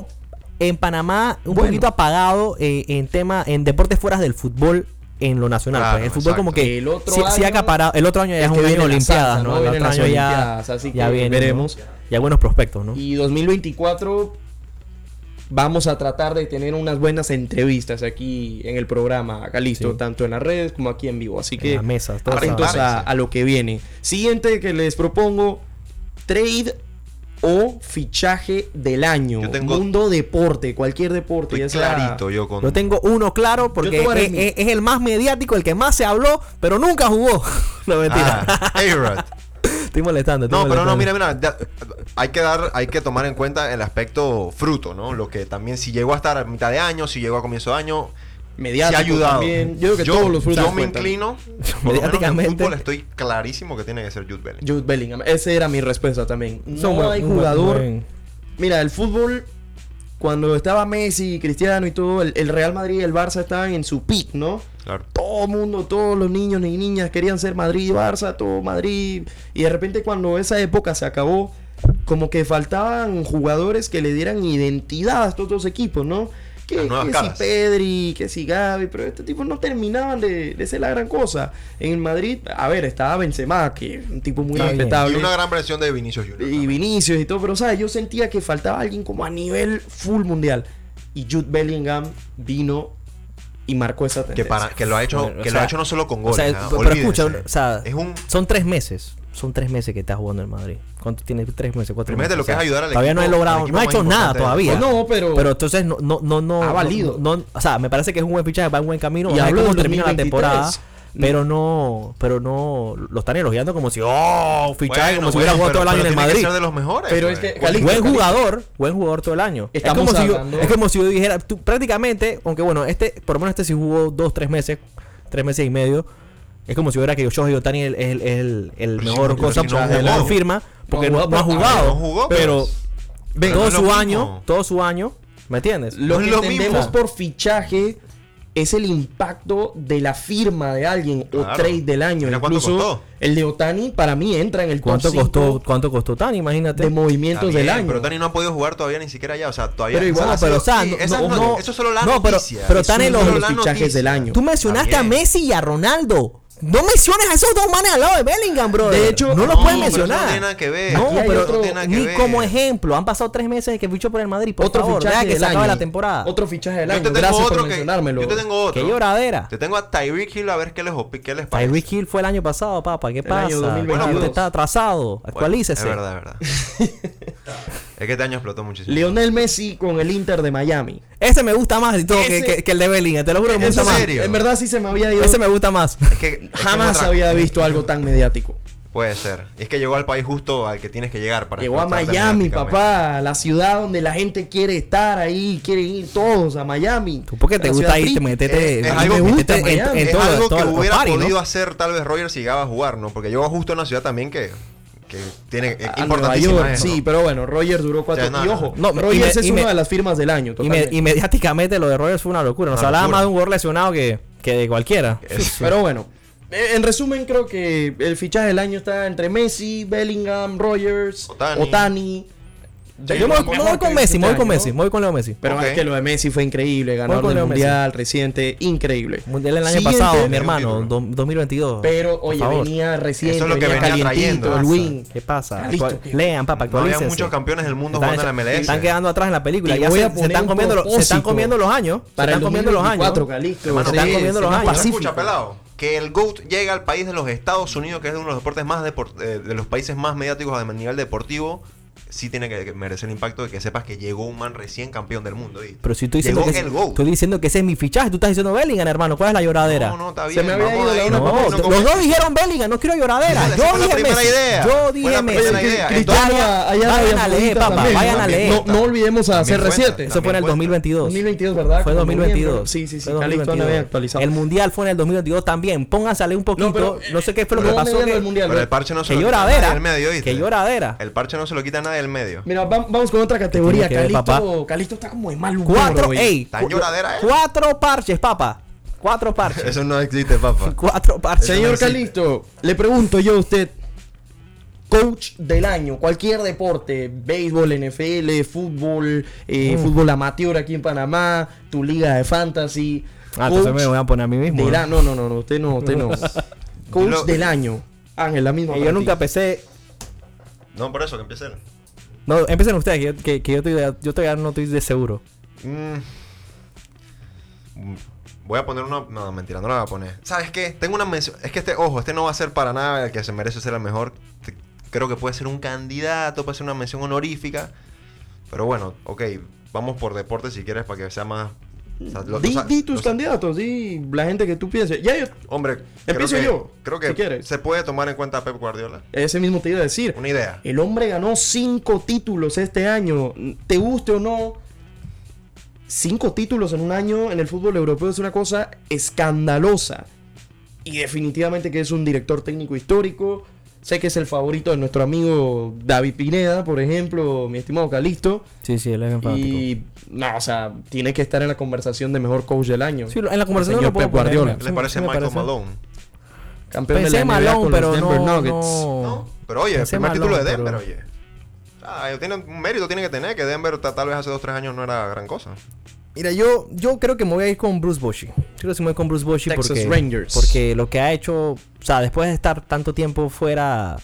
en Panamá un Bueno. poquito apagado eh, en tema, en deportes fuera del fútbol en lo nacional. Claro, pues, el fútbol como exacto. que El otro sí, sí año- acaparado. El otro año ya es es que un año de vienen las Olimpiadas, salsas, ¿no? ¿no? El Vienen otro las año ya, Olimpiadas, así ya que vienen, ¿no? veremos. Ya buenos prospectos, ¿no? Y 2024 vamos a tratar de tener unas buenas entrevistas aquí en el programa, Calixto, Sí. tanto en las redes como aquí en vivo. Así En que las mesas, todo atentos sabe. a, a lo que viene. Siguiente que les propongo, trade o fichaje del año. Yo tengo- Mundo deporte, cualquier deporte. Estoy ya sea- clarito yo con. Yo tengo uno claro Yo porque te voy a dar es, mi- es- es el más mediático, el que más se habló, pero nunca jugó. *laughs* no, mentira. Ah, *laughs* A-Rod. Estoy molestando. estoy No, pero no, molestando. mira, mira, ya, hay que dar, hay que tomar en cuenta el aspecto fruto, ¿no? Lo que también si llegó a estar a mitad de año, si llegó a comienzo de año, Mediático se ha ayudado. también. Yo creo que todos los frutos yo me cuentan. *laughs* inclino, por lo menos en Mediáticamente. fútbol estoy clarísimo que tiene que ser Jude Bellingham. Jude Bellingham, esa era mi respuesta también. No Son buen- hay un buen- jugador. buen- Mira, el fútbol, cuando estaba Messi, Cristiano y todo, el, el Real Madrid y el Barça estaban en su peak, ¿no? Claro. Todo mundo, todos los niños y niñas querían ser Madrid y Barça, todo Madrid. Y de repente cuando esa época se acabó, como que faltaban jugadores que le dieran identidad a estos dos equipos, ¿no? Que, Las nuevas que si caras. Pedri, que si Gaby, pero estos tipos no terminaban de, de ser la gran cosa. En el Madrid, a ver, estaba Benzema, que es un tipo muy Está bien. respetable Y una gran versión de Vinicius Junior. y Vinicius y todo, pero sabes, yo sentía que faltaba alguien como a nivel full mundial. Y Jude Bellingham vino y marcó esa que, tendencia. para, que lo ha hecho, Bueno, o que lo sea, ha hecho no solo con O goles. sea, ah, pero olvídense. escucha, o sea, es un son tres meses. Son tres meses que estás jugando en Madrid. ¿Cuánto tiene? Tres meses, cuatro Imagínate meses. lo que o sea, es ayudar al Todavía no he equipo- al logrado, equipo no ha más hecho nada importante del todavía. fútbol. No, pero- Pero entonces no, no, no, no. Ha no- valido. No, no- o sea, me parece que es un buen fichaje, va en buen camino. Y vamos a ver hablo cómo del termina la 2023. temporada. Pero no, pero no, lo están elogiando como si, oh, fichaje, como si hubiera jugado pero- todo el año en pero el tiene que Madrid. ser de los mejores. Pero es pues. que- Con- Cali- Buen Calixto. jugador, buen jugador todo el año. Es Estamos como, si yo, hablando- es como si yo dijera, tú, prácticamente, aunque bueno, este, por lo menos este sí jugó dos, tres meses, tres meses y medio. Es como si hubiera que Yoshi Otani es el, el, el, el Pero mejor si no- cosa pero si no de la jugó. firma, porque no, No jugó, no ha pero- jugado. no jugó, pero, pero- pero todo no es lo su mismo. año, todo su año, ¿me entiendes? Lo No es que lo entendemos mismo. por fichaje es el impacto de la firma de alguien o Claro. trade del año. Mira cuánto Incluso costó. el de Otani para mí entra en el top ¿Cuánto cinco costó, ¿Cuánto costó Otani? de Imagínate. Está movimientos bien, del año. Pero Tani no ha podido jugar todavía ni siquiera allá. O sea, todavía. Pero igual, ha pero, o sido- sea, sí, no- esa no- es- no- eso es solo la no, pero- noticia. pero Es Tani solo los- la los fichajes noticia. del año. Tú mencionaste Está a bien. Messi y a Ronaldo. No menciones a esos dos manes al lado de Bellingham, bro. De hecho, no los no, puedes pero eso no mencionar. tiene nada que ver. No, Aquí hay pero otro- no tiene nada que ni ver. como ejemplo. Han pasado tres meses desde que fichó por el Madrid. Por favor, vea que se acaba la temporada. Otro fichaje del Yo año. te tengo Gracias por otro que. mencionármelo. Yo te tengo otro. Qué lloradera. Te tengo a Tyreek Hill a ver qué les, opi- qué les parece. Tyreek Hill fue el año pasado, papá. ¿Qué pasa? año 2022. Usted está atrasado. Bueno, Actualícese. Es verdad, es verdad. *laughs* es que este año explotó muchísimo. Lionel Messi con el Inter de Miami. Ese me gusta más y todo que, Ese- que- que el de Bellingham. Te lo juro que me ¿En gusta más. serio? En verdad sí se me había ido. Ese me gusta *laughs* más. Es que, es que es Jamás otra- había visto algo tan mediático. Puede ser. Es que llegó al país justo al que tienes que llegar para Llegó a explotarte Miami, mediáticamente. papá, la ciudad donde la gente quiere estar ahí, quieren ir todos a Miami. ¿Tú por qué te La gusta ciudad ahí? tri- Te metete, Es- es algo que me metete gusta, en, Miami. en es todo, algo todo que los hubiera parties, ¿no? podido hacer tal vez Rogers si llegaba a jugar, ¿no? Porque llegó justo a una ciudad también que, que tiene Ah, a- es Ah, a Nueva importantísima York, es, ¿no? Eh, sí, pero bueno, Rogers duró cuatro. O sea, no, y no, ojo, no. No, y Rogers me- es y una me- de las firmas del año. Y, me- totalmente. y mediáticamente lo de Rogers fue una locura. Nos Una hablaba locura. más de un jugador lesionado que, que de cualquiera. Pero bueno, eh, en resumen, creo que el fichaje del año está entre Messi, Bellingham, Rogers, Otani. Otani. Yo me voy- me voy con Messi, me voy con Messi, me voy con Leo Messi. este Pero Ok. es que lo de Messi fue increíble, ganador con del Leo Messi. mundial reciente, increíble. Mundial el año Siguiente, pasado, mi Yo hermano, quiero. do- 2022. Pero Por oye, favor. venía reciente, Eso es lo que venía venía calientito, trayendo. el win. ¿Qué pasa? Listo, Actua- que- Lean, papá, No había actualícense. muchos campeones del mundo Están- jugando en la MLS. Están quedando atrás en la película. Te Ya voy se, a se poner están un comiendo los, se están propósito comiendo los años. Se Para están el comiendo los años. 2024, Calixto, Se Hermano, están sí, comiendo los será años. pacífico. Escucha, pelado. Que el GOAT llega al país de los Estados Unidos, que es uno de los deportes más depor- eh, de los países más mediáticos a nivel deportivo, sí tiene que merecer el impacto de que sepas que llegó un man recién campeón del mundo. Y Pero si tú diciendo, llegó que, el ese- GOAT. tú diciendo que ese es mi fichaje, tú estás diciendo Bellingham, hermano. ¿Cuál es la lloradera? No, no, está bien. Se me había vamos ido ahí, la no, una No, por no, los como- dos dijeron Bellingham, no quiero lloradera. Esa Yo fue la dije primera Messi. idea. Yo Fue la dije Messi. primera idea. Vayan Entonces, a- vayan a leer, papá. también, Vayan a también. leer. No, no olvidemos a hacer También cuenta, reset. Eso fue en el cuenta. 2022. 2022, ¿verdad? Fue Como 2022. noviembre. Sí, sí, sí, Fue Calixto no había actualizado. El mundial fue en el 2022 también. Pónganse a leer un poquito. No, sé qué fue lo que no pasó. olvidemos que- el mundial. Pero el ¿verdad? parche no Que se lo quita nadie lloradera. del medio, ¿oíste? Que lloradera. El parche no se lo quita nadie del medio. Mira, va- vamos con otra categoría. Tiene que ver, Calixto, Calixto está como de mal humor. Cuatro, hoy. ey, Tan lloradera, eh. cuatro parches, papá. Cuatro parches. *laughs* Eso no existe, *laughs* papá. cuatro parches. Señor Calixto, le pregunto yo a usted, coach del año, cualquier deporte, béisbol, NFL, fútbol, eh, fútbol amateur aquí en Panamá, tu liga de fantasy. Ah, entonces coach me voy a poner a mí mismo. del ¿no? a- No, no, no, no, usted no, *laughs* usted no. coach Lo- del año. Ángel, la misma. Eh, yo para nunca ti. pensé. No, por eso que empiece él. No, empiecen ustedes, que, yo- que- que yo, estoy- yo todavía no estoy de seguro. Mm. Voy a poner una. No, mentira, no la voy a poner. ¿Sabes qué? Tengo una mención. Es que este, ojo, este no va a ser para nada el que se merece ser el mejor. Te- Creo que puede ser un candidato, puede ser una mención honorífica. Pero bueno, ok, vamos por deporte si quieres para que sea más. o sea, lo- Di, o sea, di tus los- candidatos, di la gente que tú pienses. Ya, yo, Hombre, Empiezo creo que, yo, Creo que si quieres. se puede tomar en cuenta a Pep Guardiola. ese mismo te iba a decir. Una idea. El hombre ganó cinco títulos este año. Te guste o no, cinco títulos en un año en el fútbol europeo es una cosa escandalosa. Y definitivamente que es un director técnico histórico. Sé que es el favorito de nuestro amigo David Pineda, por ejemplo, mi estimado Calixto. Sí, sí, él es Y no, o sea, tiene que estar en la conversación de mejor coach del año. Sí, lo- en la conversación Señor lo puedo Pep Guardiola. poner. ¿Les Sí, parece sí me Michael parece. Malone? Campeón Pensé de la NBA Malone, con los pero Denver no, Nuggets. no. ¿No? Pero oye, el Pensé primer título de Malone, Denver, pero- oye. Ah, tiene un mérito tiene que tener, que Denver ta- tal vez hace dos, tres años no era gran cosa. Mira, yo, yo creo que me voy a ir con Bruce Bochy. Yo creo que me voy con Bruce Bochy Texas porque, Rangers. porque lo que ha hecho, o sea, después de estar tanto tiempo fuera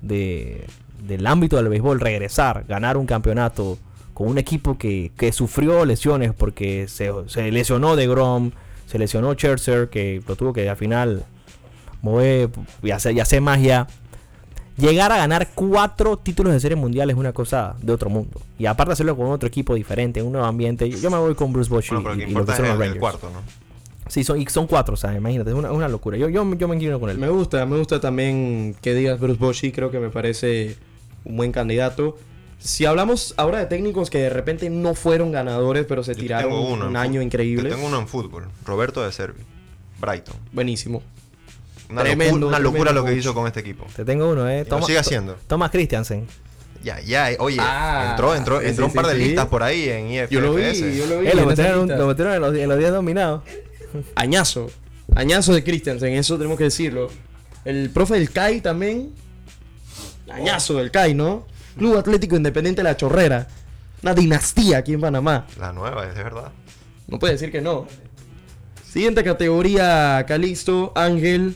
de, del ámbito del béisbol, regresar, ganar un campeonato con un equipo que, que sufrió lesiones porque se, se lesionó de Grom, se lesionó Scherzer, que lo tuvo que al final mover y hacer, y hacer magia. Llegar a ganar cuatro títulos de serie mundial es una cosa de otro mundo. Y aparte hacerlo con otro equipo diferente, en un nuevo ambiente. Yo me voy con Bruce Bochy bueno, pero y, lo que y lo que importa es hicieron los el, Rangers. el cuarto, ¿no? Sí, son, y son cuatro, o sea, imagínate, es una, es una locura. Yo, yo, yo me inclino con él. Me gusta, me gusta también que digas Bruce Bochy, creo que me parece un buen candidato. Si hablamos ahora de técnicos que de repente no fueron ganadores, pero se Yo tiraron tengo uno un en año fut- increíble. Yo tengo uno en fútbol, Roberto de Servi, Brighton. Buenísimo. Una, Tremendo, locura, una locura tremendo lo que coach. hizo con este equipo. Te tengo uno, eh. lo sigue haciendo. to- Thomas Christiansen. Ya, ya, eh, oye, Ah, entró, entró, sí, entró sí, un par sí, de sí. listas por ahí en IFS. Yo lo vi, yo lo vi. Eh, lo en esa metieron, lista. lo metieron en los, en los 10 dominados. Añazo. Añazo de Christiansen, eso tenemos que decirlo. El profe del CAI también. Añazo del CAI, ¿no? Club Atlético Independiente de la Chorrera. Una dinastía aquí en Panamá. La nueva, es de verdad. No puede decir que no. Siguiente categoría, Calixto, Ángel.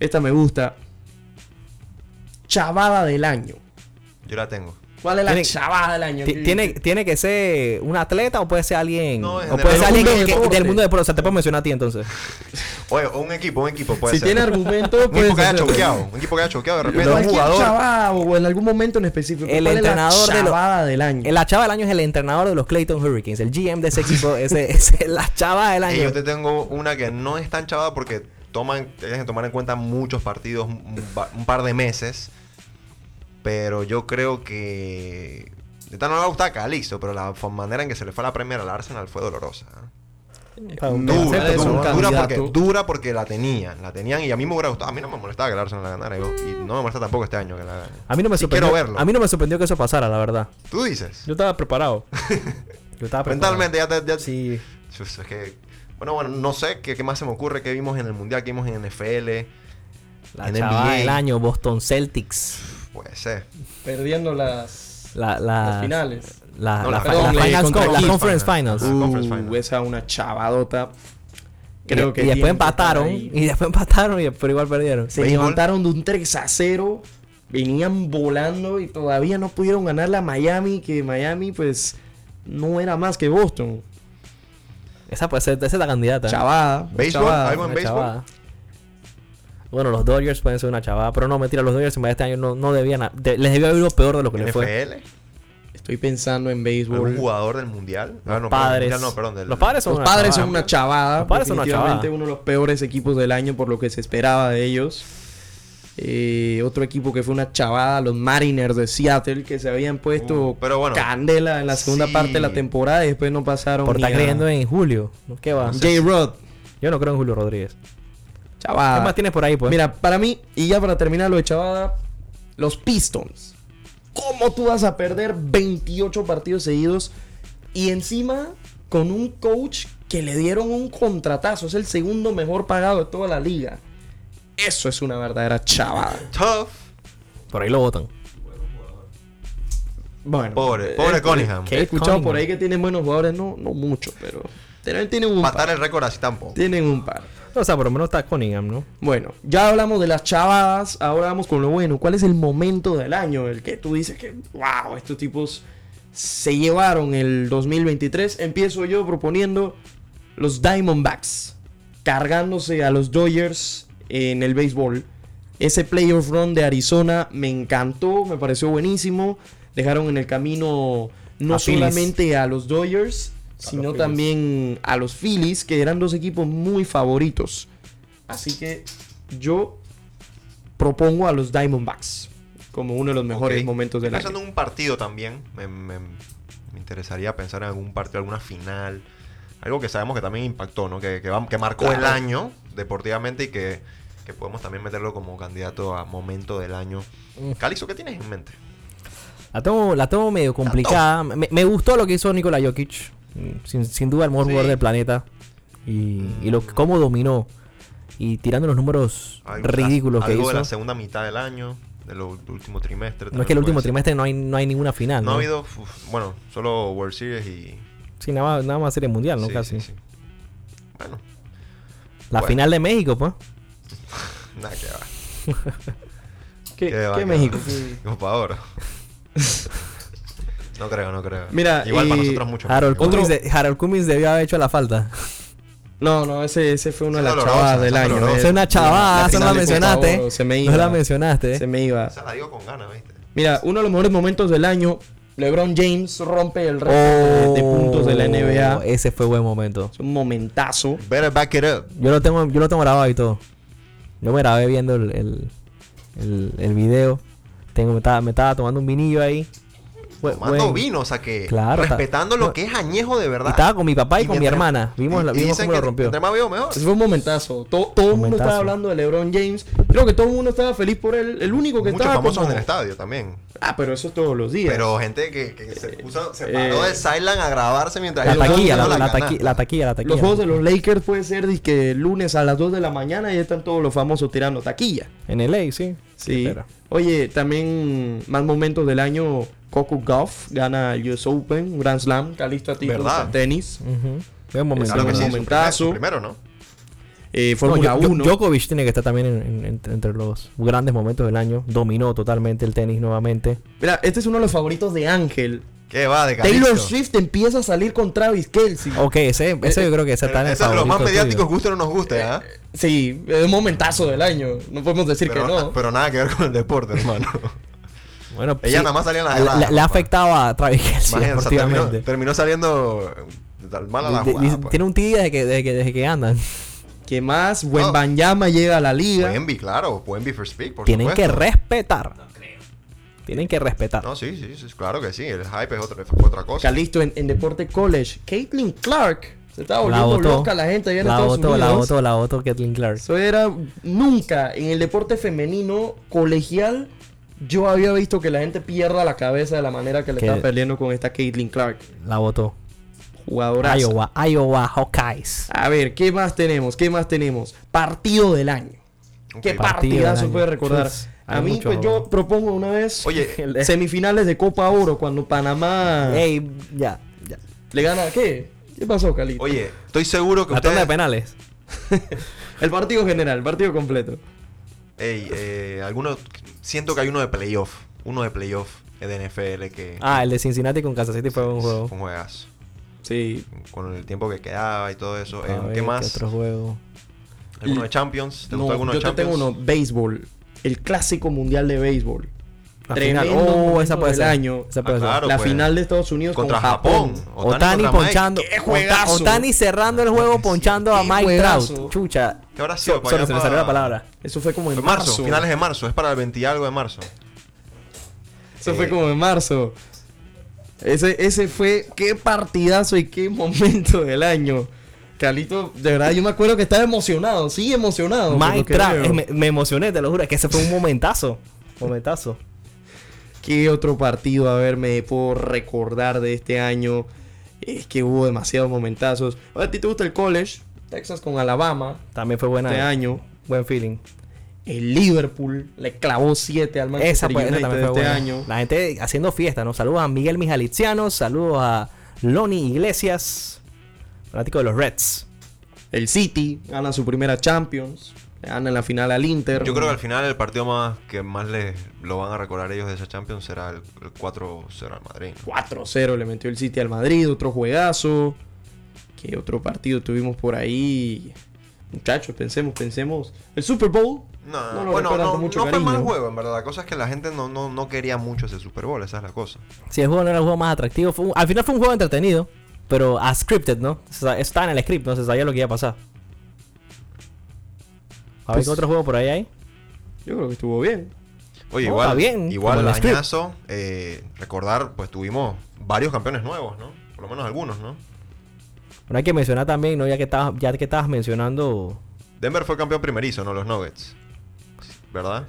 Esta me gusta. Chavada del año. Yo la tengo. ¿Cuál es la Tiene- chavada del año? Ti- Tiene, tiene que ser un atleta o puede ser alguien. No, en o general, puede ser del alguien mundo que- del que- deporte. del mundo de deporte. O sea, te puedo mencionar a ti entonces. Oye, o un equipo, un equipo puede si ser. *laughs* tiene argumento, un equipo que haya hacerlo. choqueado, un equipo que haya choqueado de repente, Pero un jugador. chavada o en algún momento en específico. El ¿Cuál entrenador es de la los- chavada del año? El Mm. la chava del año es el entrenador de los Clayton Hurricanes. El GM de ese equipo ese- ese es la chava del Y año. yo te tengo una que no es tan chavada porque toman, tienes que tomar en cuenta muchos partidos, un, ba- un par de meses. Pero yo creo que. Esta no le va a gustar a Calixto, pero la fo- manera en que se le fue a la Premier al Arsenal fue dolorosa. ¿eh? Pa- No, pa- ese Dura, es un dura, dura porque, candidato. dura porque la tenían, la tenían y a mí me hubiera gustado. A mí no me molestaba que el Arsenal la ganara yo, y no me molesta tampoco este año que la gane. A mí no me Y sorprendió. quiero verlo. A mí no me sorprendió que eso pasara, la verdad. Tú dices. Yo estaba preparado. Yo estaba preparado. Mentalmente ya te. ya- Sí. Sus- es que- bueno, bueno, no sé qué, qué más se me ocurre, qué vimos en el Mundial, qué vimos en NFL. La En chavada NBA. del año, Boston Celtics. Puede ser. Perdiendo las, La, la- las finales. La, No, la- la- la- perdón, la eh, finals contra con- la Houston, Conference eh. Finals. Ah. Conference Uh, Final. esa es una chavadota. y, Creo que y después tiene que estar empataron. ahí. Y después *laughs* empataron, y, pero igual perdieron. Se Béisbol. levantaron de un 3 a 0. Venían volando y todavía no pudieron ganar la Miami, que Miami pues no era más que Boston. Esa puede ser, esa es la candidata. Chavada. ¿Béisbol? chavada. ¿Algo en Una béisbol? chavada. Bueno, los Dodgers pueden ser una chavada, pero no, mentira, los Dodgers en verdad este año no, no debían. a- de- les debió haber ido peor de lo que les fue. NFL. Estoy pensando en ¿Algún béisbol. jugador del mundial? Ah, no, perdón, padres. mundial no, perdón, del- los padres son Los una padres chavada. son una chavada. Los Padres son una definitivamente chavada. uno de los peores equipos del año por lo que se esperaba de ellos. Eh, otro equipo que fue una chavada, los Mariners de Seattle, que se habían puesto Uh, pero bueno. candela en la segunda Sí. parte de la temporada y después no pasaron. Por ni estar a- creyendo en Julio. ¿Qué va? J-Rod, Yo no creo en Julio Rodríguez. chavada. ¿Qué más tienes por ahí, pues? Ah. Mira, para mí, y ya para terminar lo de chavada, los Pistons. ¿Cómo tú vas a perder 28 partidos seguidos y encima con un coach que le dieron un contratazo? Es el segundo mejor pagado de toda la liga. Eso es una verdadera chavada. Tough. por ahí lo votan. Bueno, eh, Pobre, pobre Eh, Cunningham. Que he escuchado Cunningham. por ahí que tienen buenos jugadores, no, no mucho, pero tienen, tienen un Matar par. el récord así tampoco. Tienen un par. O sea, por lo menos está Cunningham, ¿no? Bueno, ya hablamos de las chavadas, ahora vamos con lo bueno. ¿Cuál es el momento del año? El que tú dices que, wow, estos tipos se llevaron el 2023. Empiezo yo proponiendo los Diamondbacks, cargándose a los Dodgers en el béisbol. Ese playoff run de Arizona me encantó, me pareció buenísimo. Dejaron en el camino no A Phillies. solamente a los Dodgers, sino también a los Phillies, que eran dos equipos muy favoritos. Así que yo propongo a los Diamondbacks como uno de los mejores Ok. momentos del Estoy Pensando año. en un partido también. Me, me- me interesaría pensar en algún partido, alguna final. Algo que sabemos que también impactó, ¿no? Que, que, va- que marcó el Claro. año deportivamente y que, que podemos también meterlo como candidato a momento del año. Calixto, ¿qué tienes en mente? La tomo, la tomo medio complicada. Me, me gustó lo que hizo Nikola Jokic. Mm, Sin, sin duda el mejor Sí. jugador del planeta. Y, y lo, cómo dominó. Y tirando los números Algo de la- ridículos que Algo de hizo. la segunda mitad del año, del u- último trimestre. No también es que el último puede ser. trimestre no hay, no hay ninguna final. No No, ha habido, uf, bueno, solo World Series y... Sí, nada más, nada más serie mundial, ¿no? sí, Casi. sí, sí. Bueno, La Bueno. final de México, pues. *laughs* nada que va. ¿Qué, ¿Qué va, qué qué México? va? *laughs* Como *laughs* pa' ahora. no creo, no creo. Mira, Igual para y- nosotros mucho. Harold menos. Cummings, de- Harold Cummings debió haber hecho la falta. No, no, ese, ese fue una de Esa las dolorosa, chavadas del esa año. dolorosa. eh. Es una chavada, la eso no la final, por mencionaste. favor, se me No iba. la mencionaste. Se me iba. Esa la digo con ganas, ¿viste? Mira, uno de los mejores momentos del año, LeBron James rompe el Oh, récord Eh. de- de puntos de la NBA. Ese fue buen momento. Es un momentazo. Better back it up. Yo lo tengo, yo lo tengo grabado y todo. Yo me grabé viendo el, el, el- el video. Tengo, me, estaba, me estaba tomando un vinillo ahí. Bue- Tomando buen- vino, o sea que Claro, está- respetando lo no. que es añejo de verdad. Y estaba con mi papá y, con mi mientras- hermana. Vimos, y- la, y vimos dicen cómo lo que rompió. Entre más vivo, mejor. Ese fue un momentazo. To- todo el mundo Momentazo. estaba hablando de LeBron James. Creo que todo el mundo estaba feliz por él. El único que Muchos estaba famosos como- en el estadio también. Ah, pero eso es todos los días. Pero gente que, que se puso, se paró eh, del sideline a grabarse mientras La ellos taquilla, la, estaban la haciendo taqui- canasta. la taquilla, la taquilla. Los juegos de los Lakers puede ser que lunes a las 2 de la mañana y están todos los famosos tirando taquilla. En LA, sí. Sí. Pero- Oye, también más momentos del año, Coco Golf gana el US Open, un Grand Slam, Calista título ¿Verdad? de tenis, Ujú. Buen momento. Claro que sí, su momentazo. primer- su Primero, ¿no? eh, No, Fórmula yo- yo- 1. Djokovic tiene que estar también en- en- en- entre los grandes momentos del año. Dominó totalmente el tenis nuevamente. Mira, este es uno de los favoritos de Ángel. ¿Qué va de Taylor Calixto? Swift empieza a salir con Travis Kelsey. Ok, ese, ese yo creo que ese está en el Ese es de los más favorito tuyo. mediáticos, guste o no nos guste, ¿ah? Sí, es un momentazo del año. No podemos decir Pero, ah, que no. *laughs* pero nada que ver con el deporte, *laughs* hermano. Bueno, Ella nada más salía en la Le- grada, Le, le ha papá. afectado a Travis Kelsey Imagínate, o sea, terminó, deportivamente. terminó saliendo eh, mal a la Di- di- jugada. pues. Tiene un TD desde que, desde que, desde que andan. ¿Qué Ah. más? Buen Banyama llega a la liga. Puenvi, claro, Puenvi First Pick, por Tienen que supuesto. respetar. Tienen que respetar. No, sí, sí, sí, claro que sí. El hype es otra, fue otra cosa. Calisto en, en Deporte College. Caitlin Clark. Se estaba la volviendo votó. loca la gente allá en la Estados votó, Unidos. la votó, la votó Kathleen Clark. Eso era nunca en el deporte femenino colegial. Yo había visto que la gente pierda la cabeza de la manera que le Que- están perdiendo con esta Caitlin Clark, La votó. jugadora. Iowa, Iowa Hawkeyes. Ah. A ver, ¿qué más tenemos? ¿Qué más tenemos? Partido del año. Ok. Partido ¿Qué del partidazo año. puede recordar? Chus, hay a mí, mucho pues yo juego. propongo una vez Oye, *laughs* el- semifinales de Copa Oro cuando Panamá Ey, ya, ya. le gana. ¿Qué? ¿Qué pasó, Calito? oye, estoy seguro que La tanda de ustedes... penales. El partido general, el partido completo. Ey, eh, alguno, siento que hay uno de playoff. Uno de playoff de NFL que... Ah, el de Cincinnati con Kansas City fue un juego. Un juegazo. Sí. Con el tiempo que quedaba y todo eso. A Eh, ver, ¿Qué más? otro juego? ¿Alguno de Champions? ¿Te No, gustó alguno yo de te Champions? tengo uno, béisbol. El clásico mundial de béisbol. La final. Tremendo Oh, momento esa puede del ser. año. Esa puede Ah, ser. claro. la pues. final de Estados Unidos Contra con Japón. Otani contra Mike. ponchando. ¡Qué juegazo! Otani cerrando el juego ponchando a ¡Qué Mike juegazo! Trout. Chucha. ¿Qué habrá sido para Sorry, allá se me salió para- la palabra. Eso fue como en Marzo, marzo. finales de marzo. Es para el 20 y algo de marzo. Eso Eh, fue como en marzo. Ese, ese fue qué partidazo y qué *laughs* momento del año. Carlito, de verdad, yo me acuerdo que estaba emocionado, sí, emocionado. por lo Mike que Trout. veo. Eh, Me, me emocioné, te lo juro. Es que ese fue un momentazo. Momentazo. ¿Qué otro partido, a ver, me puedo recordar de este año? Es que hubo demasiados momentazos. Oye, ¿A ti te gusta el college? Texas con Alabama También fue buena. este año. Buen feeling. El Liverpool le clavó 7 al Esa, Manchester pues, esa United también fue este buena. año. La gente haciendo fiesta, ¿no? Saludos a Miguel Mijaliziano, saludos a Lonnie Iglesias, fanático de los Reds. El City gana su primera Champions. Le gana en la final al Inter. Yo creo que al final el partido más que más les lo van a recordar ellos de esa Champions será el, el 4-0 al Madrid. ¿no? 4-0 le metió el City al Madrid, otro juegazo. ¿Qué otro partido tuvimos por ahí? Muchachos, pensemos, pensemos. El Super Bowl. No, lo bueno, recuerdan no, con mucho no fue cariño. mal juego, en verdad. La cosa es que la gente no, no, no quería mucho ese Super Bowl, esa es la cosa. Si el juego no era el juego más atractivo, fue un- al final fue un juego entretenido, pero a scripted, ¿no? O sea, Estaba en el script, no se sabía lo que iba a pasar. A ver Pues- qué otro juego por ahí hay. Yo creo que estuvo bien. Oye, No, igual, está bien, igual como el script. añazo, eh, recordar, pues tuvimos varios campeones nuevos, ¿no? Por lo menos algunos, ¿no? Bueno, hay que mencionar también, ¿no? Ya que estabas, ya que estabas mencionando. Denver fue campeón primerizo, ¿no? Los Nuggets. ¿Verdad?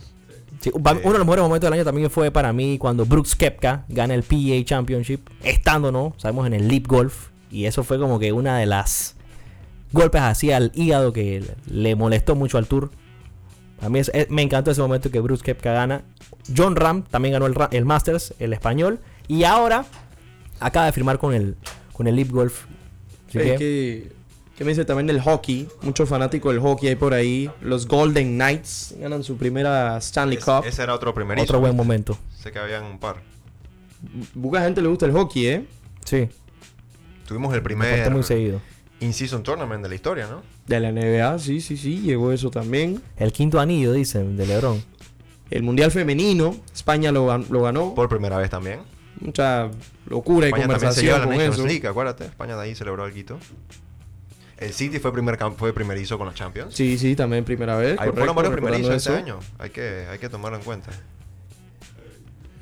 Sí, un- Eh, uno de los mejores momentos del año también fue para mí cuando Brooks Kepka gana el PGA Championship, estando, ¿no? Sabemos, en el Leap Golf. Y eso fue como que una de las golpes así al hígado que le molestó mucho al Tour. A mí es- eh, me encantó ese momento que Brooks Kepka gana. John Ram también ganó el, Ra- el Masters, el español. Y ahora acaba de firmar con el, con el Leap Golf. Así Es que- que, ¿qué me dice también del hockey? Muchos fanáticos del hockey hay por ahí. Los Golden Knights ganan su primera Stanley Ese- Cup. ese era otro primerizo. otro buen momento. Sé que habían un par. Poca gente le gusta el hockey, ¿eh? Sí, Tuvimos el me primer corté muy seguido. in-season tournament de la historia, ¿no? De la NBA, sí, sí, sí, llegó eso también. El quinto anillo, dicen, de Lebron. El Mundial Femenino, España lo, gan- lo ganó. Por primera vez también. Mucha locura y España también se conversación lleva la con Nations eso. League, acuérdate. España de ahí celebró algo. El City fue, primer, cam- fue primerizo con los Champions. Sí, sí, también primera vez. Hay fueron correcto, varios recordando primerizos este eso. año. Hay que, hay que tomarlo en cuenta.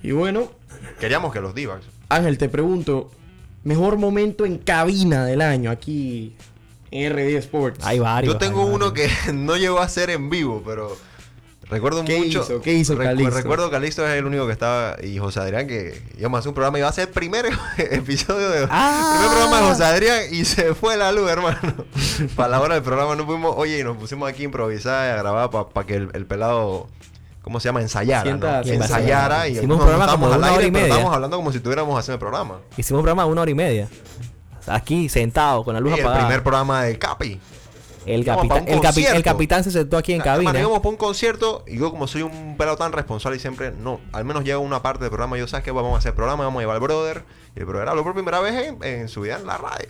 Y bueno, Queríamos que los Divacs. Ángel, te pregunto, mejor momento en cabina del año aquí en RD Sports. Hay varios. Yo tengo hay varios. uno que *laughs* no llegó a ser en vivo, pero recuerdo ¿Qué mucho. hizo? ¿Qué hizo recu- Calixto? Recuerdo que Calixto es el único que estaba y José Adrián que íbamos a hacer un programa y iba a ser el primer *laughs* episodio de Ah. primer programa de José Adrián y se fue la luz, hermano. *laughs* para la hora del programa no pudimos, oye, y nos pusimos aquí a improvisar y a grabar para que el, el pelado ¿Cómo se llama? Ensayara. Sienta- ¿no? sienta- Ensayara y Hicimos un nos programa montamos como de al una aire, hora y pero media. estábamos hablando como si estuviéramos haciendo el programa. Hicimos un programa de una hora y media. Aquí, sentado, con la luz Y el apagada. primer programa de Capi. El, Íbamos capitán, para un el, capi- concierto. el capitán se sentó aquí en Hermano, cabina. íbamos para un concierto y yo como soy un pelado tan responsable y siempre, no, al menos llega una parte del programa, yo sabes que vamos a hacer programa, vamos a llevar al brother. Y el brother habló por primera vez en, en su vida en la radio.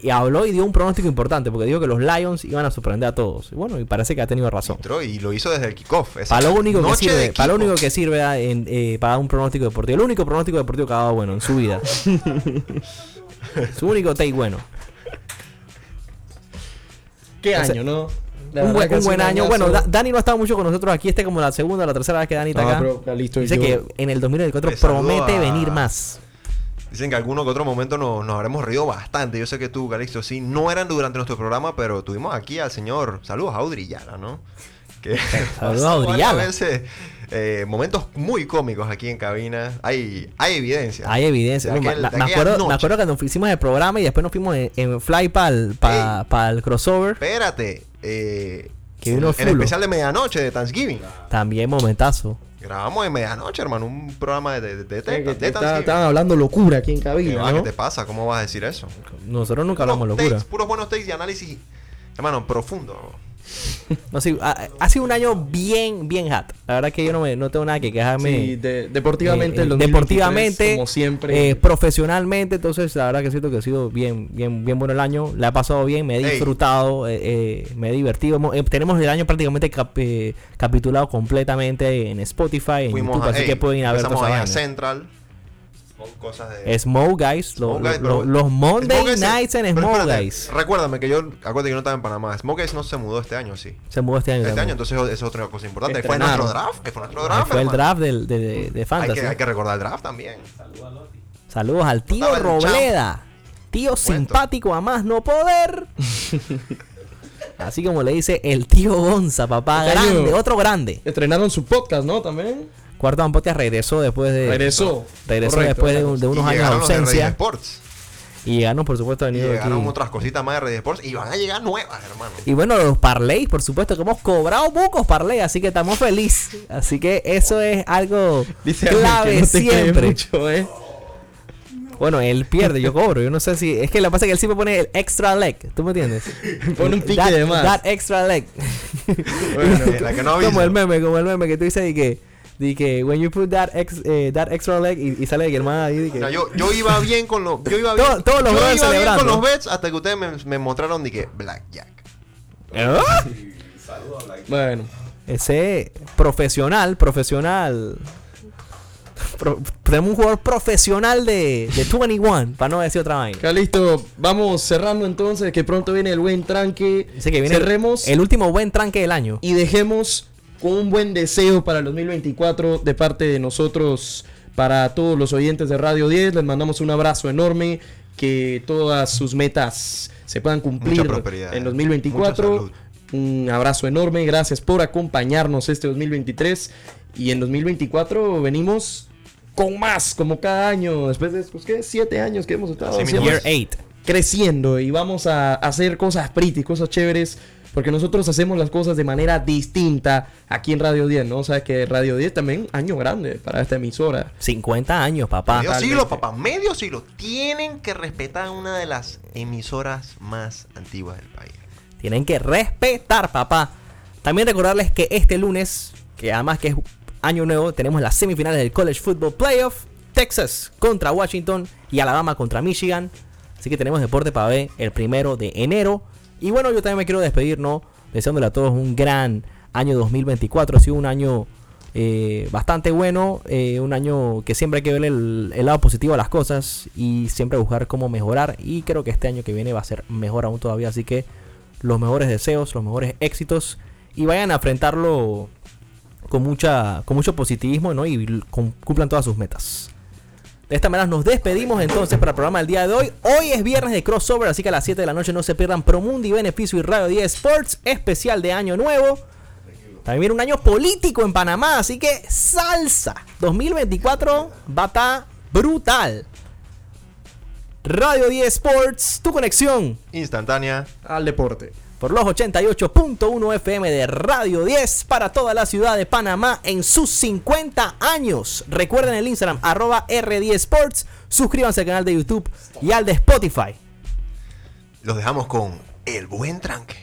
Y habló y dio un pronóstico importante, porque dijo que los Lions iban a sorprender a todos. Y bueno, y parece que ha tenido razón. Entró y lo hizo desde el kickoff. esa Para lo único que noche de sirve, equipo. para lo único que sirve ah, en, eh, para dar un pronóstico deportivo. El único pronóstico deportivo que ha dado bueno en su *laughs* vida. su único take bueno. ¿Qué O sea, año, no? La un verdad buen, que un ha buen sido año. añazo. Bueno, Da- Dani no ha estado mucho con nosotros aquí. Este es como la segunda o la tercera vez que Dani está No, acá. pero Calixto, Dice yo- que en el 2024 Le saludo promete a- venir más. Dicen que alguno que otro momento no- nos habremos reído bastante. Yo sé que tú, Calixto, sí, no eran durante nuestro programa, pero tuvimos aquí al señor, saludos a Audrey Yala, ¿no? Que Eh, Saludos *laughs* a pasó Audrey varias Yala. veces, eh, momentos muy cómicos aquí en cabina. Hay, hay evidencia. Hay evidencia. De No, aquel- me- de me, aquella acuerdo, me noche. acuerdo que nos hicimos el programa y después nos fuimos en, en fly para el, pa- pa' el crossover. Espérate. Eh, Que vino el Fulo. especial de medianoche de Thanksgiving. También momentazo. Grabamos de medianoche, hermano, un programa de, Oye, de, de- que de te está- Thanksgiving. Estaban hablando locura aquí en ¿Qué va? cabina, ¿Qué ¿no? te pasa? ¿Cómo vas a decir eso? Nosotros nunca hablamos Puros locura. takes, puros buenos takes y análisis, hermano, profundo. No, sí, ha, ha sido un año bien, bien hat. La verdad que yo no, me, no tengo nada que quejarme. Sí, de- deportivamente, Eh, eh, el 2023, deportivamente, como siempre. eh, profesionalmente, entonces la verdad que siento que ha sido bien, bien, bien bueno el año, la he pasado bien, me he Ey. disfrutado, eh, eh, me he divertido, Hemos- eh, tenemos el año prácticamente cap- eh, capitulado completamente en Spotify, en Fuimos YouTube, a, así ey, que pueden ir a ver empezamos toda ahí esa a vaina. Central. Con cosas de. Smoke Guys, lo- Smoke Guys, lo- pero- los Monday Smoke Guys- Nights en pero Smoke espérate, Guys. Recuérdame que yo, acuérdate que yo no estaba en Panamá. Smoke Guys no se mudó este año, sí. Se mudó este año. Este año, también. entonces eso es otra cosa importante. Fue Estrenaron. nuestro draft. Que fue nuestro Ahí draft. fue el hermano. draft del- de, de- de Hay Fantasy. que, hay que recordar el draft también. Saludos al tío estaba el champ. Robleda. Tío simpático a más no poder. *laughs* Así como le dice el tío Gonza, papá. Este año- grande, otro grande. Estrenaron su podcast, ¿no? También. Cuarto Ampotia regresó después de. Regresó. Regresó Correcto, después de, correcto. de unos y años de llegaron los de Radio ausencia. Sports. Y llegaron, por supuesto, a Y venir llegaron aquí. otras cositas más de Red Sports. Y van a llegar nuevas, hermano. Y bueno, los parlays, por supuesto, que hemos cobrado pocos parlays, así que estamos felices. Así que eso es algo Dice Ángel que clave no te crees siempre. mucho, ¿eh? Bueno, él pierde, yo cobro. Yo no sé si. Es que lo que pasa es que él siempre pone el extra leg. ¿Tú me entiendes? *laughs* Pone un pique That- de más. That extra *laughs* leg. Bueno, eh, la que no ha visto. como el meme, como el meme que tú dices y que. di que when you put that, ex- eh, that extra leg y, y sale de que el man ahí. di que- O sea, yo, yo iba bien con los. Yo iba bien, Todo- todos los yo brothers iba bien celebrando. con los bets hasta que ustedes me, me mostraron de que Blackjack. ¿Ah? Bueno. Ese profesional, profesional. Pro- tenemos un jugador profesional de, de 21, para no decir otra vaina. Calisto, vamos cerrando entonces, que pronto viene el buen tranque. Dice que viene el- Cerremos el último buen tranque del año. y dejemos con un buen deseo para el 2024 de parte de nosotros, para todos los oyentes de Radio 10. Les mandamos un abrazo enorme, que todas sus metas se puedan cumplir Mucha prosperidad, eh. en mucha 2024. salud. Un abrazo enorme, gracias por acompañarnos este 2023 y en 2024 venimos con más, como cada año, después de pues, ¿qué? siete años que hemos estado Así mismo haciendo es. Year 8. creciendo y vamos a hacer cosas pretty, cosas chéveres, porque nosotros hacemos las cosas de manera distinta aquí en Radio 10, ¿no? O sea, que Radio 10 también año grande para esta emisora. 50 años, papá. Medio Totalmente. siglo, papá. Medio siglo. Tienen que respetar una de las emisoras más antiguas del país. Tienen que respetar, papá. También recordarles que este lunes, que además que es año nuevo, tenemos las semifinales del College Football Playoff. Texas contra Washington y Alabama contra Michigan. Así que tenemos deporte para ver el primero de enero. Y bueno, yo también me quiero despedir, ¿no? Deseándole a todos un gran año 2024. Ha sido un año eh, bastante bueno. eh, un año que siempre hay que ver el, el lado positivo a las cosas y siempre buscar cómo mejorar. Y creo que este año que viene va a ser mejor aún todavía. Así que los mejores deseos, los mejores éxitos y vayan a enfrentarlo con, mucha, con mucho positivismo ¿no? y l- cum- cumplan todas sus metas. De esta manera nos despedimos entonces para el programa del día de hoy. Hoy es viernes de crossover, así que a las 7 de la noche no se pierdan Promundi, Beneficio y Radio 10 Sports, especial de Año Nuevo. También viene un año político en Panamá, así que salsa. 2024 va a estar brutal. Radio 10 Sports, tu conexión Instantánea. Al deporte. por los 88.1 FM de Radio 10 para toda la ciudad de Panamá en sus 50 años. Recuerden el Instagram arroba R10 Sports, suscríbanse al canal de YouTube y al de Spotify. Los dejamos con El Buen Tranque.